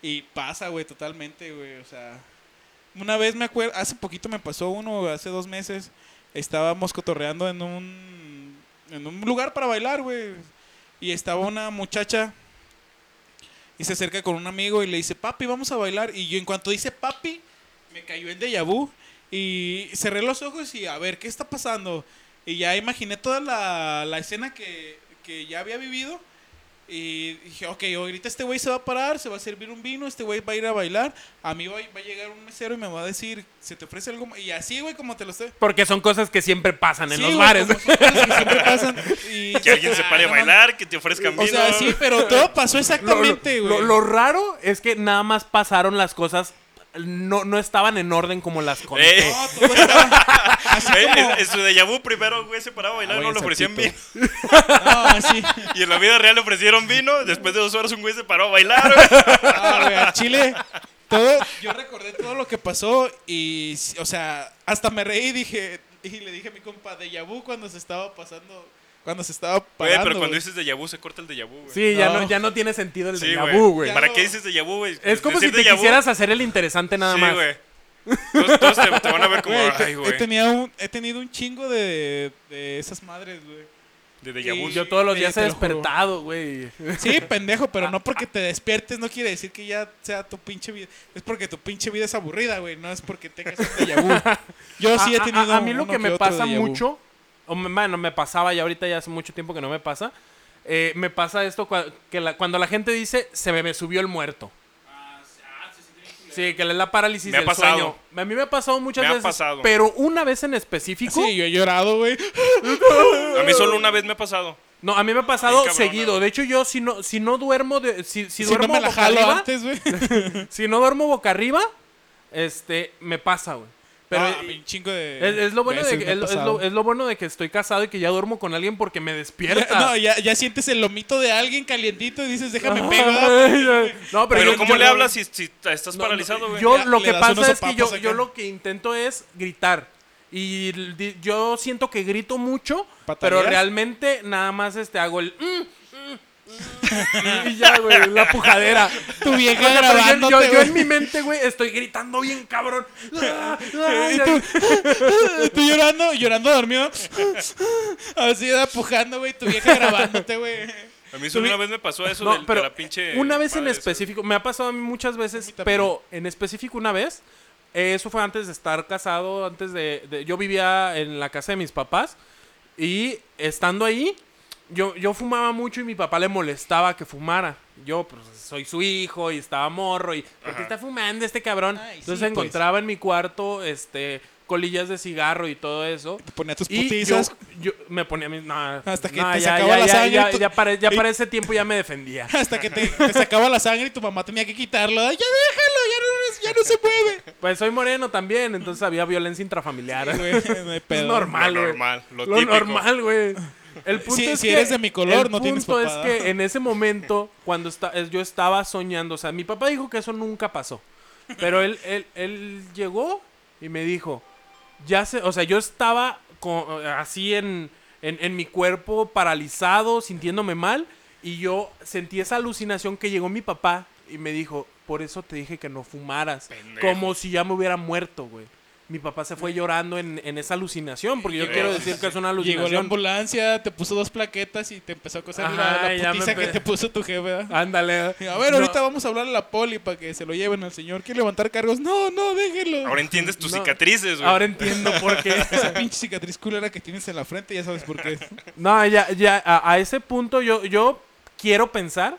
B: Y pasa, güey, totalmente, güey. O sea, una vez me acuerdo, hace poquito me pasó uno, hace dos meses, estábamos cotorreando en un, en un lugar para bailar, güey. Y estaba una muchacha y se acerca con un amigo y le dice, papi, vamos a bailar. Y yo en cuanto dice, papi, me cayó el déjà vu. Y cerré los ojos y a ver, ¿qué está pasando? Y ya imaginé toda la, la escena que, que ya había vivido. Y dije, ok, ahorita este güey se va a parar, se va a servir un vino, este güey va a ir a bailar. A mí va, va a llegar un mesero y me va a decir, ¿se te ofrece algo? más?". Y así, güey, como te lo estoy...
A: Porque son cosas que siempre pasan en
B: Sí,
A: los
B: güey,
A: bares.
B: como son cosas que siempre pasan. Y...
C: Que alguien se
B: Ah,
C: pare a
B: no mames.
C: bailar, que te ofrezcan vino.
B: O sea, sí, pero todo
A: Lo,
B: pasó
A: lo-
B: exactamente, güey.
A: lo- lo raro es que nada más pasaron las cosas, no, no estaban en orden como las conté.
C: Eh,
B: No, todo estaba- así
C: eh,
B: Ah, como-
C: en- en su déjà vu primero, güey, se paraba a bailar,
B: Ah,
C: no
B: güey,
C: le ofrecían vino.
B: sapito. No, así.
C: Y en la vida real le ofrecieron vino. Después de dos horas un güey se paró a bailar, güey.
B: Ah, güey, al Chile. Todo, yo recordé todo lo que pasó y, o sea, hasta me reí y dije, y le dije a mi compa de Yabu cuando se estaba pasando, cuando se estaba
C: Güey,
B: parando.
C: pero cuando
B: güey.
C: dices déjà vu se corta el déjà vu, güey.
A: sí, ya no.
B: No.
A: ya no tiene sentido el
C: Sí,
A: déjà vu, güey.
B: Ya
C: ¿Para
B: no.
C: qué dices déjà vu, güey?
A: Es como si
C: Decir
A: te
C: déjà vu-
A: quisieras hacer el interesante nada
C: Sí,
A: más.
C: güey. Todos, todos te, te van a ver como,
B: Güey, te-
C: ay,
B: he,
C: güey.
B: tenido un- he tenido un chingo de, de esas madres, güey.
C: De déjà vu.
B: y-
A: Yo todos los
B: Sí,
A: días he
B: te lo juro.
A: despertado, güey.
B: Sí, pendejo, pero no porque te despiertes no quiere decir que ya sea tu pinche vida. Es porque tu pinche vida es aburrida, güey. No es porque tengas un déjà vu. Yo sí he
A: A- a-
B: tenido.
A: A, a mí lo
B: uno
A: que me
B: otro
A: pasa
B: déjà vu.
A: mucho, o me- bueno, me pasaba ya ahorita ya hace mucho tiempo que no me pasa, eh, me pasa esto cua- que la- cuando la gente dice, se me, me subió el muerto. Sí, que le da parálisis
C: Me ha
A: del
C: pasado.
A: sueño. A mí me ha pasado muchas
C: Me ha
A: veces.
C: pasado.
A: Pero una vez en específico.
B: Sí, yo he llorado, güey.
C: A mí solo una vez me ha pasado.
A: No, a mí me ha pasado
C: cabrón,
A: seguido.
C: ¿no?
A: De hecho, yo si no, si no duermo, de- si, si
B: Si,
A: duermo
B: no me la
A: boca
B: jalo
A: arriba,
B: antes, güey.
A: si no duermo boca arriba, este, me pasa, güey. Pero
B: Ah, un chingo de.
A: es, es lo bueno de
B: veces
A: que,
B: me ha
A: es, lo- es
B: pasado.
A: lo, es lo bueno de que estoy casado y que ya duermo con alguien porque me
B: Ya-
A: despierta.
B: no, ya, ya sientes el lomito de alguien calientito y dices, déjame
A: Ay,
B: pego.
A: ay. No,
C: Pero,
A: yo-
C: ¿cómo
A: yo-
C: le hablas si, si estás
A: no,
C: paralizado, güey?
A: Yo
B: Ya
A: lo
B: le
A: que
B: das unos
A: pasa es que yo,
B: sopapos
A: yo
B: acá.
A: lo que intento es gritar. Y l- di- yo siento que grito mucho,
B: ¿Pataleas?
A: pero realmente nada más este hago el... mm, mm, mm, y ya, güey, la pujadera.
B: Tu vieja
A: O sea, pero yo-
B: grabándote,
A: yo, yo
B: güey.
A: en mi mente, güey, estoy gritando bien cabrón. Ah, ah,
B: Y tú, tú llorando, llorando dormido. Así era pujando, güey. Tu vieja grabándote, güey.
C: A mí solo una vez me pasó eso
A: No,
C: del-
A: pero
C: de la pinche.
A: una vez en
C: madre esa.
A: específico, me ha pasado a mí muchas veces,
B: también.
A: pero en específico una vez, eh, eso fue antes de estar casado, antes de, de- yo vivía en la casa de mis papás y estando ahí, yo, yo fumaba mucho y mi papá le molestaba que fumara. Yo pues, soy su hijo y estaba morro y ¿por qué está fumando este cabrón?
B: Ay, sí,
A: Entonces
B: pues.
A: encontraba en mi cuarto este colillas de cigarro y todo eso.
B: Te ponía tus
A: Y
B: putizas.
A: Yo, yo me ponía mis. No,
B: Hasta que
A: no,
B: te
A: ya,
B: sacaba
A: ya,
B: la
A: ya,
B: sangre y
A: Ya,
B: tú-
A: ya para, ya
B: y-
A: para ese tiempo ya me defendía.
B: Hasta que te, te sacaba la sangre y tu mamá tenía que quitarlo. Ay, Ya déjalo, ya no, ya no se mueve.
A: Pues soy moreno también, entonces había violencia intrafamiliar.
B: Güey, no hay
A: es
B: pedo.
A: normal,
C: Lo
A: güey.
C: normal, lo típico.
A: normal, güey. El punto
B: Si-
A: es
B: si
A: que-
B: eres de mi color,
A: el
B: no tienes
A: punto
B: papá.
A: es que en ese momento, cuando esta- es- yo estaba soñando, o sea, mi papá dijo que eso nunca pasó. Pero él, él, él llegó y me dijo, ya sé, o sea, yo estaba co- así en, en, en mi cuerpo, paralizado, sintiéndome mal, y yo sentí esa alucinación que llegó mi papá y me dijo, por eso te dije que no fumaras,
C: Pendejo.
A: como si ya me hubiera muerto, güey. Mi papá se fue llorando en, en esa alucinación, porque yo
C: Llegó-
A: quiero decir que es una
B: Llegó la
A: alucinación.
B: ambulancia, te puso dos plaquetas y te empezó a coser la-
A: Ajá,
B: la,
A: ya me
B: putiza que
A: empe-
B: te puso tu jefe. ¿verdad?
A: Ándale. A
B: A ver, ahorita vamos a hablar a la poli para que se lo lleven al señor. ¿Quiere levantar cargos? No, no, déjenlo.
C: Ahora entiendes tus
A: No.
C: cicatrices, güey.
A: Ahora entiendo por qué.
B: Esa pinche cicatriz culera que tienes en la frente, ya sabes por qué.
A: No, ya, ya, a, a ese punto yo, yo quiero pensar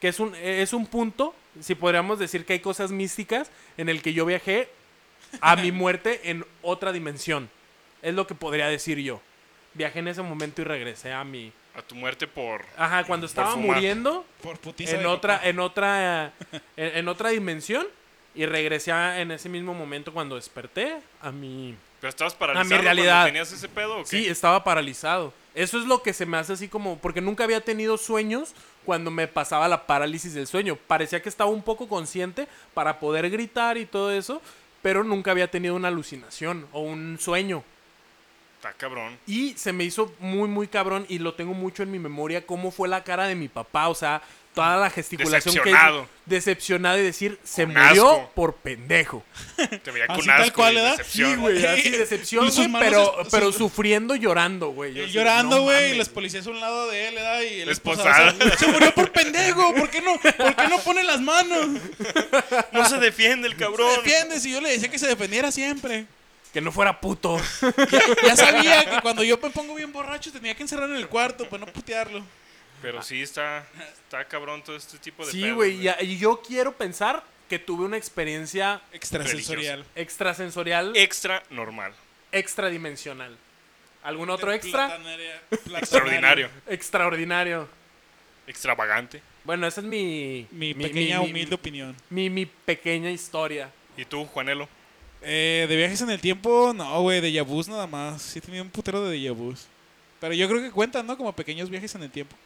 A: que es un, es un punto, si podríamos decir que hay cosas místicas, en el que yo viajé a mi muerte en otra dimensión. Es lo que podría decir yo. Viajé en ese momento y regresé a mi...
C: A tu muerte por.
A: Ajá, cuando estaba
C: fumar.
A: muriendo,
B: Por putiza.
A: en
B: de
A: otra,
B: papá.
A: en otra, eh, en, en otra dimensión, y regresé a- en ese mismo momento cuando desperté a mi...
C: ¿Pero estabas paralizado cuando
A: realidad.
C: tenías ese pedo o qué?
A: Sí, estaba paralizado. Eso es lo que se me hace así como, porque nunca había tenido sueños cuando me pasaba la parálisis del sueño. Parecía que estaba un poco consciente para poder gritar y todo eso, pero nunca había tenido una alucinación o un sueño.
C: Está cabrón.
A: Y se me hizo muy, muy cabrón y lo tengo mucho en mi memoria cómo fue la cara de mi papá, o sea, toda la gesticulación que
C: Decepcionado.
A: hizo, decepcionada y decir, se
C: Con
A: murió
C: asco.
A: por pendejo.
C: Te veía
A: Ah,
B: Así
C: con
B: tal
C: asco
B: cual,
C: y
B: ¿verdad?
C: decepción.
B: Sí,
A: Güey, así decepción,
B: Sus
A: güey,
B: manos
A: pero,
B: es-
A: pero
B: sus-
A: sufriendo y llorando, güey. Yo
B: Y
A: así,
B: llorando,
A: no
B: güey, y
A: mames,
B: los policías a un lado de él, ¿verdad? Y el
C: La
B: esposo,
C: esposada.
B: o sea, Se murió por pendejo, ¿por qué no, por qué no pone las manos?
C: No se defiende el cabrón.
B: ¿Entiendes? Y yo le decía que se defendiera siempre.
A: Que no fuera puto.
B: Ya sabía que cuando yo me pongo bien borracho tenía que encerrarlo en el cuarto para no putearlo.
C: Pero sí está, está cabrón todo este tipo de
A: Sí,
C: pedos,
A: güey, y a- y yo quiero pensar que tuve una experiencia
B: Extrasensorial.
A: extrasensorial,
B: Eh.
C: Extra normal.
A: extradimensional. ¿Algún otro extra?
B: Platanaria-
C: Extraordinario.
A: Extraordinario.
C: Extravagante.
A: Bueno, esa es mi...
B: Mi pequeña
A: mi-
B: humilde opinión.
A: Mi, mi pequeña historia.
C: ¿Y tú, Juanelo?
B: Eh, de viajes en el tiempo, no, güey, de yabús nada más. Sí tenía un putero de yabús. Pero yo creo que cuentan, ¿no? Como pequeños viajes en el tiempo.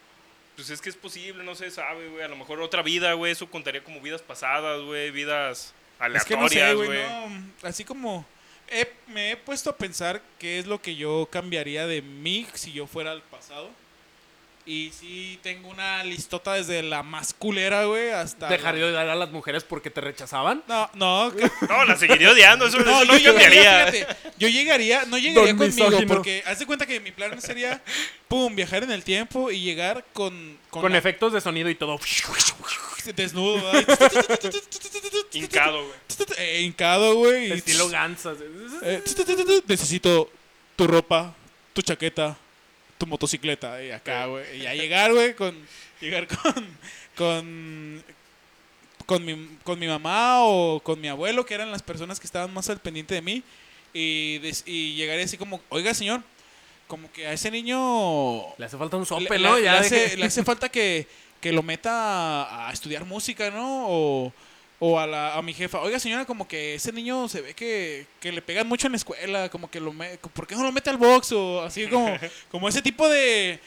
C: Pues es que es posible, no se sabe, güey. A lo mejor otra vida, güey. Eso contaría como vidas pasadas, güey. Vidas
B: Es que no sé,
C: aleatorias, güey.
B: güey. no, así como he- me he puesto a pensar qué es lo que yo cambiaría de mí si yo fuera al pasado. Y sí tengo una listota desde la más culera, güey, hasta...
A: ¿Dejar de dar a las mujeres porque te rechazaban?
B: No, no, que-
C: no, la seguiría odiando. Eso eso
B: no,
C: no,
B: yo llegaría,
C: cambiaría.
B: fíjate, yo llegaría, no llegaría
A: Don
B: conmigo,
A: misógino.
B: porque haz de cuenta que mi plan sería, pum, viajar en el tiempo y llegar con...
A: Con,
B: la-
A: efectos de sonido y todo.
B: Desnudo, ¿verdad?
C: Hincado, güey.
B: Eh, hincado, güey. y-
A: Estilo Gansas.
B: Eh, tu, tu, tu, tu, tu, necesito tu ropa, tu chaqueta, tu motocicleta. Y acá, güey. Y a llegar, güey, con. Llegar con. Con. Con mi, con mi mamá o con mi abuelo, que eran las personas que estaban más al pendiente de mí. Y, des- y llegaré así como: Oiga, señor, como que a ese niño.
A: Le hace falta un
B: Le-
A: sope,
B: le-
A: ¿no?
B: le
A: Ya de
B: hace,
A: que-
B: le hace falta que, que lo meta a, a estudiar música, ¿no? O, O a, la, a mi jefa, oiga señora, como que ese niño se ve que, que le pegan mucho en la escuela, como que lo me- ¿por qué no lo mete al box? O así como, como ese tipo de...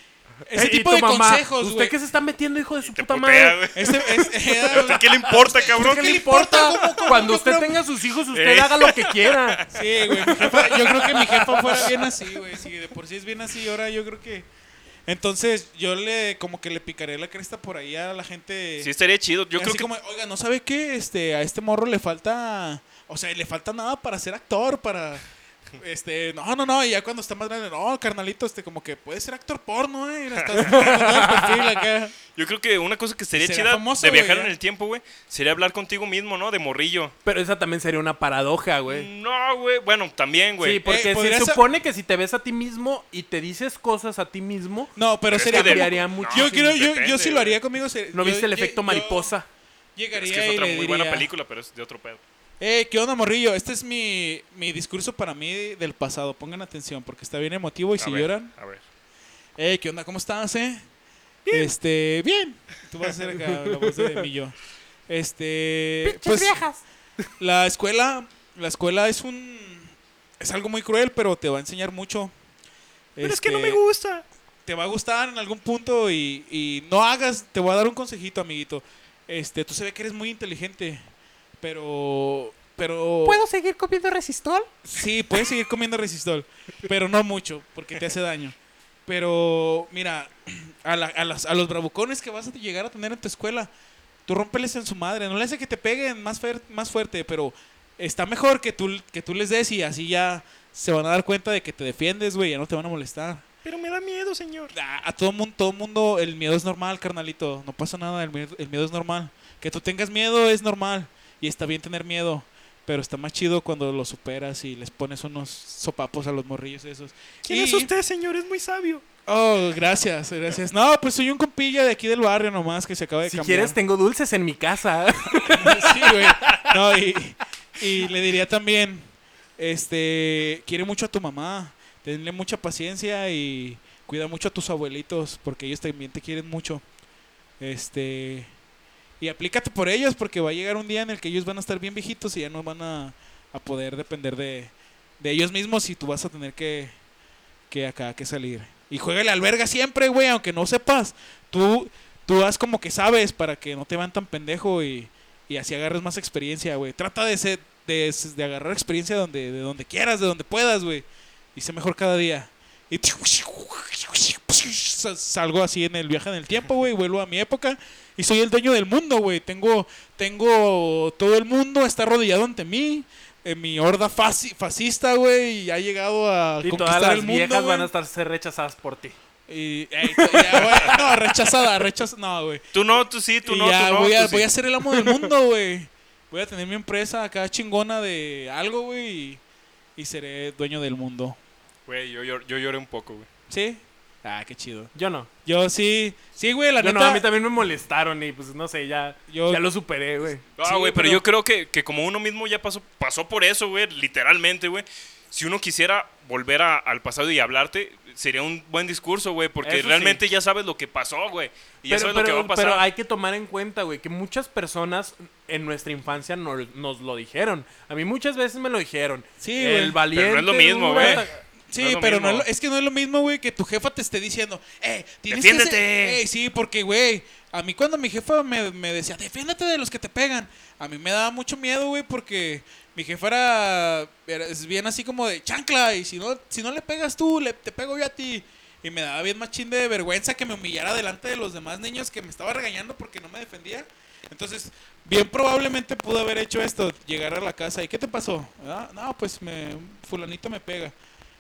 A: Eh,
B: Ese
A: y
B: tipo
A: tu
B: de
A: mamá,
B: consejos,
A: ¿Usted
B: güey.
A: qué se está metiendo, hijo de su
C: Te
A: puta
C: putea,
A: madre?
C: güey.
B: Este, es-
C: ¿A ¿Qué le importa, cabrón?
B: ¿Qué
A: ¿Qué le
B: le
A: importa?
B: importa? ¿Cómo, cómo,
A: Cuando
B: yo
A: usted
B: creo-
A: tenga sus hijos, usted
C: Eh.
A: haga lo que quiera.
B: Sí, güey. mi jefa- Yo creo que mi jefa fuera bien así, güey. Sí, de por sí es bien así. Ahora yo creo que. Entonces, yo le. Como que le picaré la cresta por ahí a la gente.
C: Sí, estaría chido. Yo creo
B: así
C: que
B: como, oiga, ¿no sabe qué? Este, a este morro le falta. O sea, le falta nada para ser actor, para. Este, no, no, no, y ya cuando está más grande, no, carnalito, este, como que puede ser actor porno, eh. Estás estás en perfil acá.
C: Yo creo que una cosa que sería
B: Será
C: chida
B: famoso,
C: de
B: güey,
C: viajar
B: ya.
C: en el tiempo, güey, sería hablar contigo mismo, ¿no? De morrillo.
A: Pero esa también sería una paradoja, güey.
C: No, güey. Bueno, también, güey.
A: Sí, pues, porque
B: Eh,
A: se
B: podría ser-
A: supone que si te ves a ti mismo y te dices cosas a ti mismo,
B: No, pero
C: es
B: sería.
C: que de-
B: como-
A: cambiaría mucho.
B: Yo creo, yo,
C: Depende,
B: yo sí lo haría conmigo. ser-
A: ¿No
B: yo-
A: viste el
B: yo-
A: efecto
B: yo
A: mariposa?
B: Llegaría
C: Es que es
B: y
C: otra
B: le
C: muy buena
B: diría,
C: película, pero es de otro pedo.
B: Eh, ¿qué onda, morrillo? Este es mi, mi discurso para mí del pasado. Pongan atención porque está bien emotivo y
C: A
B: si
C: ver,
B: lloran.
C: A ver.
B: Eh, ¿qué onda? ¿Cómo estás, eh? Este, bien. Tú vas a ser acá la voz de mi yo. Este. pues, La escuela, la escuela es un. Es algo muy cruel, pero te va a enseñar mucho.
C: Pero es que no
B: Este,
C: me gusta.
B: te va a gustar en algún punto y, y no hagas, te voy a dar un consejito, amiguito. Este, tú se ve que eres muy inteligente, pero pero
A: seguir comiendo resistol?
B: sí, puedes seguir comiendo resistol, pero no mucho, porque te hace daño. Pero mira, a, la- a las- a los bravucones que vas a llegar a tener en tu escuela, tú rompeles en su madre, no le hace que te peguen más, fer- más fuerte, pero está mejor que tú, que tú les des y así ya se van a dar cuenta de que te defiendes, güey, ya no te van a molestar.
C: Pero me da miedo, señor.
B: Ah, A, a todo mundo, todo mundo, el miedo es normal, carnalito. No pasa nada, el miedo, el miedo es normal. Que tú tengas miedo es normal. Y está bien tener miedo. Pero está más chido cuando lo superas y les pones unos sopapos a los morrillos esos. Y-
C: señor? Es muy sabio.
B: Oh, gracias, gracias. No, pues soy un compilla de aquí del barrio nomás que se acaba de
A: Si
B: cambiar.
A: quieres, tengo dulces en mi casa.
B: Sí, güey. No, y, y le diría también, este, quiere mucho a tu mamá, tenle mucha paciencia y cuida mucho a tus abuelitos, porque ellos también te quieren mucho. Este, y aplícate por ellos, porque va a llegar un día en el que ellos van a estar bien viejitos y ya no van a, a poder depender de, de ellos mismos y tú vas a tener que, que acá, que salir. Y juega la alberga siempre, güey, aunque no sepas. Tú, tú haz como que sabes para que no te van tan pendejo y, y así agarres más experiencia, güey. Trata de ser, de, de agarrar experiencia donde, de donde quieras, de donde puedas, güey. Y sé mejor cada día. Y sa- salgo así en el viaje en el tiempo, güey. Vuelvo a mi época. Y soy el dueño del mundo, güey. Tengo, tengo todo el mundo, está arrodillado ante mí. eh, mi horda faci- fascista, güey, y ha llegado a
A: Y
B: conquistar
A: todas las
B: el mundo.
A: viejas van
B: güey.
A: a estar ser rechazadas por ti.
B: Y, ey, t- ya, güey, no, rechazada, rechazada. No, güey.
C: Tú no, tú sí, tú
B: Y
C: no,
B: ya,
C: tú no.
B: voy, a,
C: tú
B: voy
C: sí.
B: a ser el amo del mundo, güey. Voy a tener mi empresa acá chingona de algo, güey. Y, y seré dueño del mundo.
C: Güey, yo, llor- yo lloré un poco, güey.
B: ¿Sí? Ah, qué chido.
A: Yo no.
B: Yo sí. Sí, güey, la
A: Yo no,
B: neta.
A: a mí también me molestaron y pues no sé, ya,
B: Yo-
A: ya lo superé, güey.
C: Ah,
B: Sí,
C: güey, pero,
B: pero-
C: yo creo que, que como uno mismo ya pasó, pasó por eso, güey, literalmente, güey. Si uno quisiera volver a- al pasado y hablarte, sería un buen discurso, güey, porque
A: Eso sí.
C: realmente ya sabes lo que pasó, güey. Y ya
A: Pero,
C: sabes lo que
A: pero,
C: va a pasar.
A: pero hay que tomar en cuenta, güey, que muchas personas en nuestra infancia no- nos lo dijeron. A mí muchas veces me lo dijeron.
B: Sí, güey.
A: El valiente.
C: Pero no es lo mismo,
A: dura-
C: güey.
B: Sí,
C: No es lo
B: pero
C: mismo.
B: no es, lo- es que no es lo mismo, güey, que tu jefa te esté diciendo, eh, tienes que...
C: ¡Defiéndete!
B: ser- Ey, sí, porque, güey, a mí cuando mi jefa me, me decía, defiéndete de los que te pegan, a mí me daba mucho miedo, güey, porque mi jefa era, era- es bien así como de chancla, y si no, si no le pegas tú, le, te pego yo a ti. Y me daba bien machín de vergüenza que me humillara delante de los demás niños que me estaba regañando porque no me defendía. Entonces, bien probablemente pudo haber hecho esto, llegar a la casa. ¿Y qué te pasó? "Ah, no, pues me, fulanito me pega.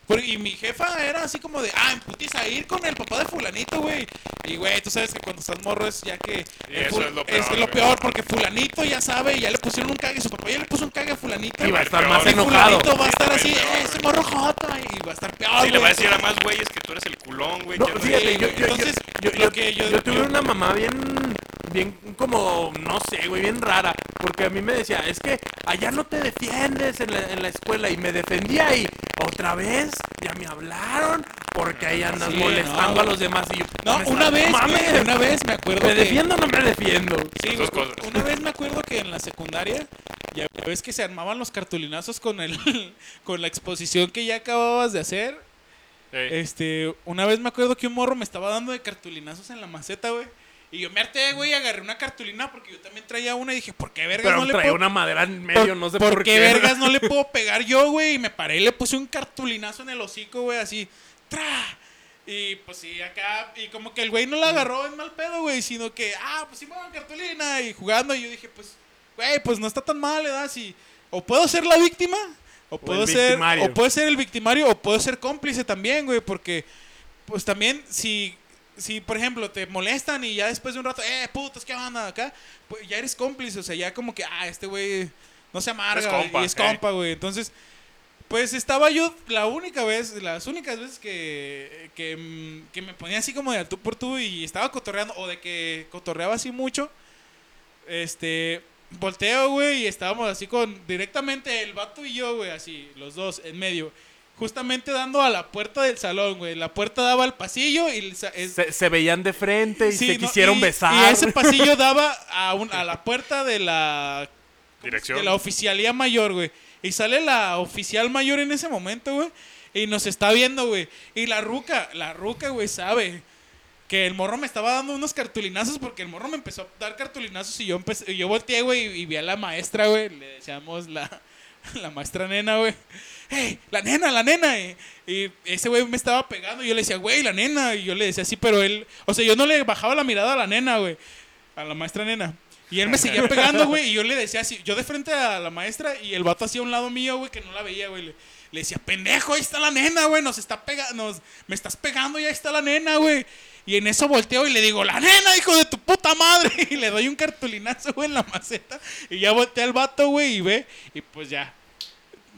B: Por- y mi jefa era así como de, ah, en putiza, ir con el papá de fulanito, güey. Y, güey, tú sabes que cuando estás morro es ya que...
C: Y
B: el
C: eso
B: ful-
C: es lo peor, güey.
B: peor, porque fulanito ya sabe, ya le pusieron un cague, su papá ya le puso un cague a fulanito.
A: Y va a
B: güey.
A: estar
C: Pero
A: más
B: Y
A: enojado.
B: fulanito va a estar así,
C: Sí, güey,
B: eh,
C: peor,
B: ese
C: güey.
B: morro jota, y va a estar peor,
C: Sí, le va a
B: güey.
C: decir a más güeyes que tú eres el culón, güey.
A: No,
C: que no-
A: fíjate, yo, yo- yo-
B: Entonces,
A: yo-
B: lo
A: yo-
B: que yo-
A: yo tuve una mamá bien, bien como, no sé, güey, bien rara. Porque a mí me decía, es que allá no te defiendes en la, en la escuela. Y me defendía y otra vez ya me hablaron porque ahí andas
B: Ah, Sí,
A: molestando
B: no.
A: a los demás. Y yo,
B: No,
A: me
B: una
A: estás-
B: vez,
A: mames,
B: güey, una vez me acuerdo
A: ¿Me
B: que-
A: defiendo o no me defiendo?
B: Sí,
C: Dos
B: güey,
C: cosas.
B: una vez me acuerdo que en la secundaria ya ves que se armaban los cartulinazos con el con la exposición que ya acababas de hacer.
C: Eh,
B: Este, una vez me acuerdo que un morro me estaba dando de cartulinazos en la maceta, güey. Y yo me harté, güey, y agarré una cartulina porque yo también traía una y dije, ¿por qué vergas
A: Pero
B: no le
A: traía
B: puedo
A: una madera en medio,
B: por,
A: no sé
B: por
A: por,
B: qué vergas no le puedo pegar yo, güey. Y me paré y le puse un cartulinazo en el hocico, güey, así. ¡Tra! Y pues sí, acá. Y como que el güey no la agarró en mal pedo, güey. Sino que, ah, pues sí, bueno, cartulina. Y jugando. Y yo dije, pues, güey, pues no está tan mal, ¿verdad? Si, o puedo ser la víctima. O puedo
A: el
B: ser.
A: victimario.
B: O puedo ser el victimario. O puedo ser cómplice también, güey. Porque, pues también, si. Si, por ejemplo, te molestan y ya después de un rato, eh, putos, ¿qué onda acá? Pues ya eres cómplice, o sea, ya como que, ah, este güey no se amarga
C: Es compa,
B: y es
C: eh.
B: compa, güey. Entonces, pues estaba yo la única vez, las únicas veces que, que, mm, que me ponía así como de al tú por tú y estaba cotorreando, o de que cotorreaba así mucho, este, volteo, güey, y estábamos así con, directamente el vato y yo, güey, así, los dos, en medio. Justamente dando a la puerta del salón, güey. La puerta daba al pasillo y el sa- es-
A: Se, se veían de frente y
B: Sí,
A: se
B: ¿no?
A: quisieron
B: Y-
A: besar.
B: Y ese pasillo daba a, un- a la puerta de la
C: Dirección.
B: de la oficialía mayor, güey. Y sale la oficial mayor en ese momento, güey. Y nos está viendo, güey. Y la ruca, la ruca, güey, sabe que el morro me estaba dando unos cartulinazos porque el morro me empezó a dar cartulinazos y yo empecé, y yo volteé, güey, y, y vi a la maestra, güey. Le decíamos la, la maestra nena, güey. ¡Hey! ¡La nena, la nena! Y, y ese güey me estaba pegando. Y yo le decía, güey, la nena. Y yo le decía así, pero él. O sea, yo no le bajaba la mirada a la nena, güey. A la maestra nena. Y él me seguía pegando, güey. Y yo le decía así. Yo de frente a la maestra y el vato hacía un lado mío, güey, que no la veía, güey. Le, le decía, pendejo, ahí está la nena, güey. Nos está pegando. Me estás pegando y ahí está la nena, güey. Y en eso volteo y le digo, la nena, hijo de tu puta madre. Y le doy un cartulinazo, güey, en la maceta. Y ya voltea al vato, güey, y ve. Y pues ya,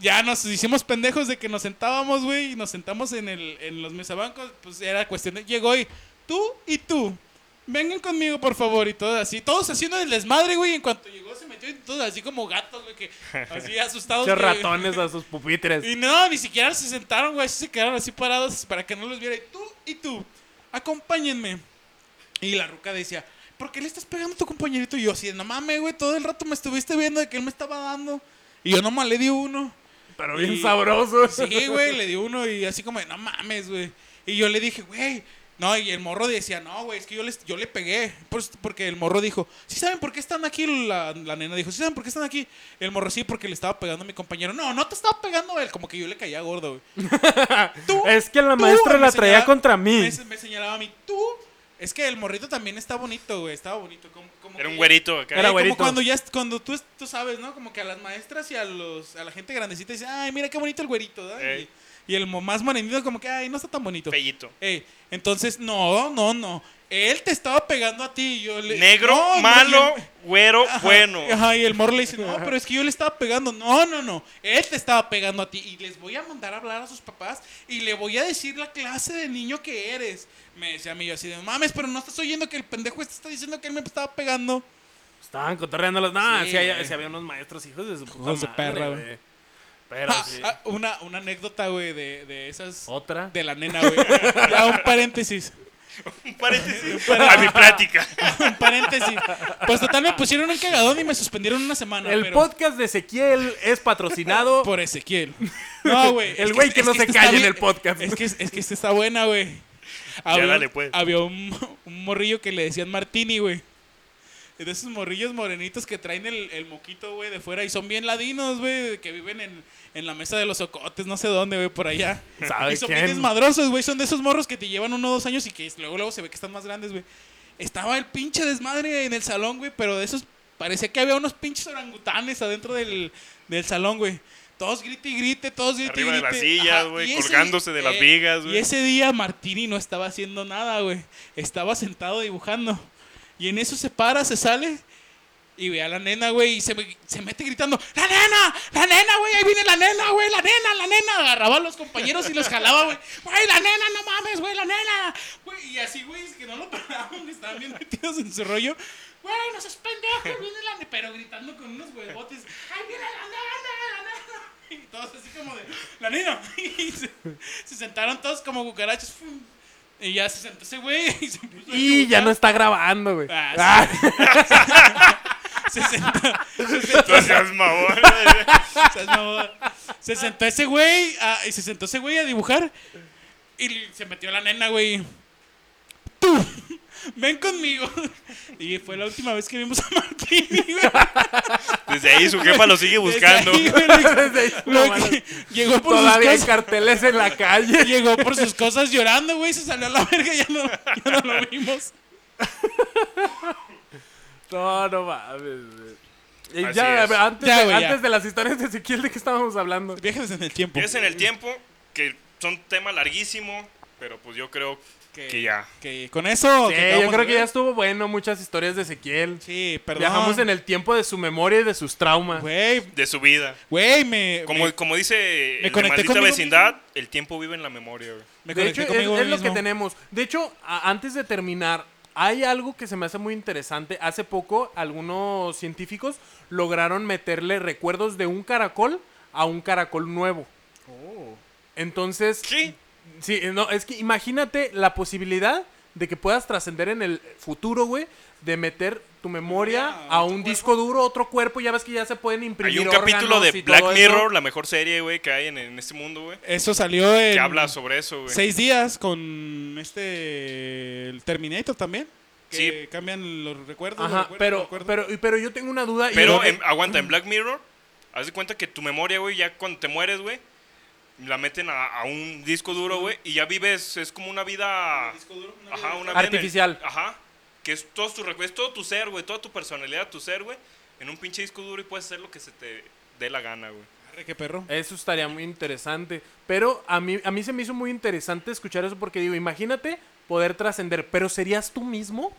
B: ya nos hicimos pendejos de que nos sentábamos, güey, y nos sentamos en, el, en los mesabancos, pues era cuestión de, llegó y tú y tú, vengan conmigo, por favor, y todo así, todos haciendo el desmadre, güey, en cuanto llegó se metió y todos así como gatos, güey, que así asustados.
A: Pinches
B: que-
A: ratones a sus pupitres.
B: Y no, ni siquiera se sentaron, güey, así se quedaron así parados para que no los viera, y tú y tú, acompáñenme. Y la ruca decía, ¿por qué le estás pegando a tu compañerito? Y yo así, de, no mames, güey, todo el rato me estuviste viendo de que él me estaba dando, y yo nomás le di uno.
A: Pero bien
B: Y-
A: sabroso.
B: Sí, güey, le di uno y así como, de, no mames, güey. Y yo le dije, güey. No, y el morro decía, no, güey, es que yo, les, yo le pegué. Pues, porque el morro dijo, ¿sí saben por qué están aquí? La, la nena dijo, ¿sí saben por qué están aquí? El morro, sí, porque le estaba pegando a mi compañero. No, no te estaba pegando él. Como que yo le caía gordo, güey. Tú,
A: Es que la
B: tú,
A: maestra
B: me
A: la traía
B: señalaba-
A: contra mí.
B: Me, me señalaba a mí, tú. Es que el morrito también está bonito, güey, estaba bonito. Como, como
C: Era un
B: que-
C: güerito acá. eh,
A: Era
B: Ay,
A: güerito.
B: Eh, Como cuando ya est- cuando tú, es- tú sabes, ¿no? Como que a las maestras y a los a la gente grandecita dicen, "Ay, mira qué bonito el güerito", ¿verdad?
C: Ey.
B: Y, y el mo- más morenito como que, "Ay, no está tan bonito."
C: Fellito.
B: Ey, entonces, no, no, no. Él te estaba pegando a ti y yo le
C: Negro,
B: No, no,
C: malo,
B: y el-
C: güero,
B: Ajá,
C: bueno.
B: Ajá, y el morro le dice, "No, pero es que yo le estaba pegando." No, no, no. Él te estaba pegando a ti y les voy a mandar a hablar a sus papás y le voy a decir la clase de niño que eres. Me decía a mí yo así de, "Mames, pero no estás oyendo que el pendejo este está diciendo que él me estaba pegando."
A: Estaban cotorreando las. No,
B: Sí,
A: sí, había,
B: güey.
A: sí había unos maestros hijos de su puta
B: Hijos de
A: madre,
B: perra,
A: güey.
B: güey.
A: Pero
B: Ah,
A: sí. Oh.
B: ah, una, una anécdota, güey, de, de esas.
A: Otra.
B: De la nena, güey. Ya, un paréntesis.
C: Un paréntesis a mi plática.
B: Un paréntesis. Pues total, me pusieron un cagadón y me suspendieron una semana.
A: el
B: pero
A: podcast de Ezequiel es patrocinado.
B: Por Ezequiel. No, güey. es
A: El
B: que-
A: güey que
B: es
A: no se
B: esta
A: calla
B: está
A: en
B: bien-
A: el podcast.
B: Es que, es que esta está buena, güey. Había,
C: dale, pues.
B: había un, un morrillo que le decían Martini, güey. De esos morrillos morenitos que traen el, el moquito, güey, de fuera. Y son bien ladinos, güey, que viven en, en la mesa de los ocotes, no sé dónde, güey, por allá.
A: ¿Sabe
B: Y son
A: quién?
B: bien desmadrosos, güey. Son de esos morros que te llevan uno o dos años y que luego, luego se ve que están más grandes, güey. Estaba el pinche desmadre en el salón, güey, pero de esos parecía que había unos pinches orangutanes adentro del, del salón, güey. Todos grite y grite, todos grite y
C: Arriba de
B: grite.
C: las sillas,
B: Ajá,
C: güey,
B: y ese- eh,
C: colgándose de las vigas, güey.
B: Y ese día Martini no estaba haciendo nada, güey. Estaba sentado dibujando. Y en eso se para, se sale y ve a la nena, güey, y se, me- se mete gritando, ¡La nena! ¡La nena, güey! ¡Ahí viene la nena, güey! ¡La nena, la nena! Agarraba a los compañeros y los jalaba, güey. ¡Güey, la nena! ¡No mames, güey! ¡La nena! Güey, y así, güey, es que no lo paraban, estaban bien metidos en su rollo. Güey, no seas pendejo, viene la nana", pero gritando con unos huevotes. ¡Ay, viene la nana, la nana! Y todos así como de, ¡la nena! Y se, se sentaron todos como cucarachas. ¡fum! Y ya se sentó ese güey y se puso a
A: Y ya
B: dibujar.
A: no está grabando, güey.
B: Ah,
A: Ah,
B: Se sentó,
C: No seas mamón.
B: Seas mamón. Se sentó ese güey a, y se sentó ese güey a dibujar. Y se metió la nena, güey. Tú, ven conmigo. Y fue la última vez que vimos a Martín, güey.
C: Desde ahí su jefa lo sigue buscando.
B: Desde ahí, güey, lo-
A: desde ahí,
B: lo-
A: no mames.
B: llegó por
A: Todavía hay
B: sus cosas.
A: carteles en la calle.
B: Llegó por sus cosas llorando, güey. Se salió a la verga ya no, ya no lo vimos.
A: No, no mames, güey. Y
C: Así
A: ya,
C: es.
A: antes,
B: Ya,
A: de-
B: güey, ya.
A: antes de las historias de Ezequiel, ¿de qué estábamos hablando?
B: Viajes en el tiempo.
C: Es en el tiempo, que son tema larguísimo, pero pues yo creo que ya.
B: Que con eso.
A: Sí,
B: que acabamos
A: yo creo
B: de
A: que
B: ver.
A: ya estuvo bueno muchas historias de Ezequiel.
B: Sí, perdón.
A: Viajamos en el tiempo de su memoria y de sus traumas.
B: Güey,
C: De su vida.
B: güey, me.
C: Como,
B: me-
C: como dice
B: me
C: el de
B: conecté
C: maldita
B: conmigo
C: vecindad, el tiempo vive en la memoria. güey.
B: Me
A: De hecho,
B: conecté
A: es,
B: conmigo
A: es lo que
B: mismo.
A: tenemos. De hecho, a- antes de terminar, hay algo que se me hace muy interesante. Hace poco, algunos científicos lograron meterle recuerdos de un caracol a un caracol nuevo. Entonces,
C: ¿Qué?
A: sí, no, es que imagínate la posibilidad de que puedas trascender en el futuro, güey, de meter tu memoria
B: Memoria a
A: a
B: otro
A: un disco duro, otro cuerpo, ya ves que ya se pueden imprimir.
C: Hay un capítulo
A: órganos
C: de
A: y
C: Black
A: todo eso.
C: Mirror, la mejor serie, güey, que hay en, en este mundo, güey.
B: Eso salió en
C: Que habla sobre eso, güey.
B: seis días con este el Terminator también. Que
C: Sí.
B: cambian los recuerdos. los
A: Ajá,
B: recuerdos, los
A: pero,
B: recuerdos.
A: pero, pero yo tengo una duda. y yo-
C: Pero en- aguanta, en Black Mirror, haz de cuenta que tu memoria, güey, ya cuando te mueres, güey, la meten a, a un disco duro, güey, y ya vives, es como una vida...
B: Disco duro, una
C: Ajá,
B: vida-
C: una vida en el-
A: Artificial.
C: ajá. Que es todo tu recu- es todo tu ser, güey, toda tu personalidad, tu ser, güey, en un pinche disco duro y puedes hacer lo que se te dé la gana, güey.
B: Arre, qué perro.
A: Eso estaría muy interesante. Pero a mí, a mí se me hizo muy interesante escuchar eso porque digo, imagínate poder trascender, pero ¿serías tú mismo?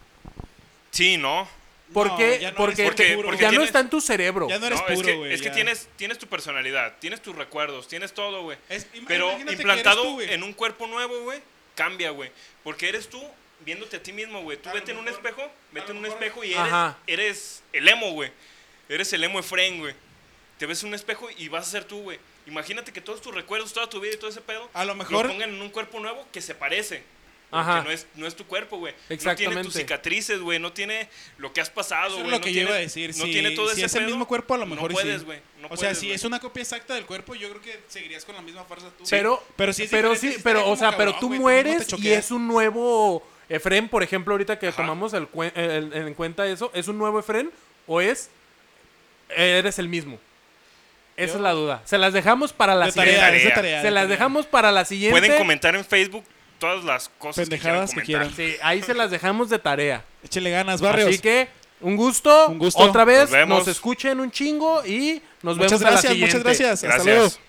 C: Sí, ¿no?
B: No,
A: Porque,
B: ya no
A: porque,
B: eres
A: porque,
B: puro,
C: porque
A: ya no
C: tienes-
A: está en tu cerebro.
B: Ya no eres
C: No, es
B: puro,
C: que,
B: güey.
C: es que
B: ya.
C: tienes, tienes tu personalidad, tienes tus recuerdos, tienes todo, güey.
B: Es- ima-
C: Pero
B: imagínate que eres
C: implantado
B: tú, güey.
C: en un cuerpo nuevo, güey, cambia, güey. Porque eres tú viéndote a ti mismo, güey. Tú
B: A lo
C: vete en un
B: mejor-
C: espejo, vete
B: lo
C: en un
B: mejor-
C: espejo y eres,
A: Ajá.
C: eres el emo, güey. Eres el emo Efren, güey. Te ves en un espejo y vas a ser tú, güey. Imagínate que todos tus recuerdos, toda tu vida y todo ese pedo,
B: A lo mejor-
C: lo pongan en un cuerpo nuevo que se parece.
A: Ajá.
C: Que no es, no es tu cuerpo, güey. No tiene
A: Exactamente.
C: tus cicatrices, güey. No tiene lo que has pasado,
B: Eso
C: güey.
B: es lo
C: no
B: que yo
C: tiene,
B: iba a decir.
C: No
B: si,
C: tiene todo
B: si
C: ese
B: es el
C: pedo,
B: mismo cuerpo, a lo mejor
C: No
B: y
C: puedes,
B: sí.
C: güey. No
B: o sea,
C: puedes,
B: si
C: güey.
B: es una copia exacta del cuerpo, yo creo que seguirías con la misma farsa tú.
A: Pero,
B: pero
A: pero
B: sí
A: sí,
B: es
A: pero
B: diferente, sí está
A: pero,
B: como
A: o sea,
B: cabrón,
A: pero tú
B: güey, tú mismo te
A: mueres y
B: choqueas.
A: es un nuevo Efren, por ejemplo, ahorita que tomamos el cuen- el- en cuenta eso, ¿es un nuevo Efren o es eres el mismo? Esa
B: Yo-
A: es la duda. Se las dejamos para la
B: De tarea,
A: siguiente.
B: es de
C: tarea.
B: tarea, de
A: Se las
B: tarea.
A: dejamos para la siguiente.
C: Pueden comentar en Facebook todas las cosas
B: Pendejadas
C: que
B: que
C: quieran comentar.
A: Sí, ahí se las dejamos de tarea.
B: Échele ganas, barrios.
A: Así que un gusto,
B: Un gusto.
A: otra vez
C: Nos vemos.
A: nos escuchen un chingo y nos
B: muchas
A: vemos a la
B: gracias,
A: siguiente.
B: muchas gracias. Hasta
C: Gracias.
B: luego.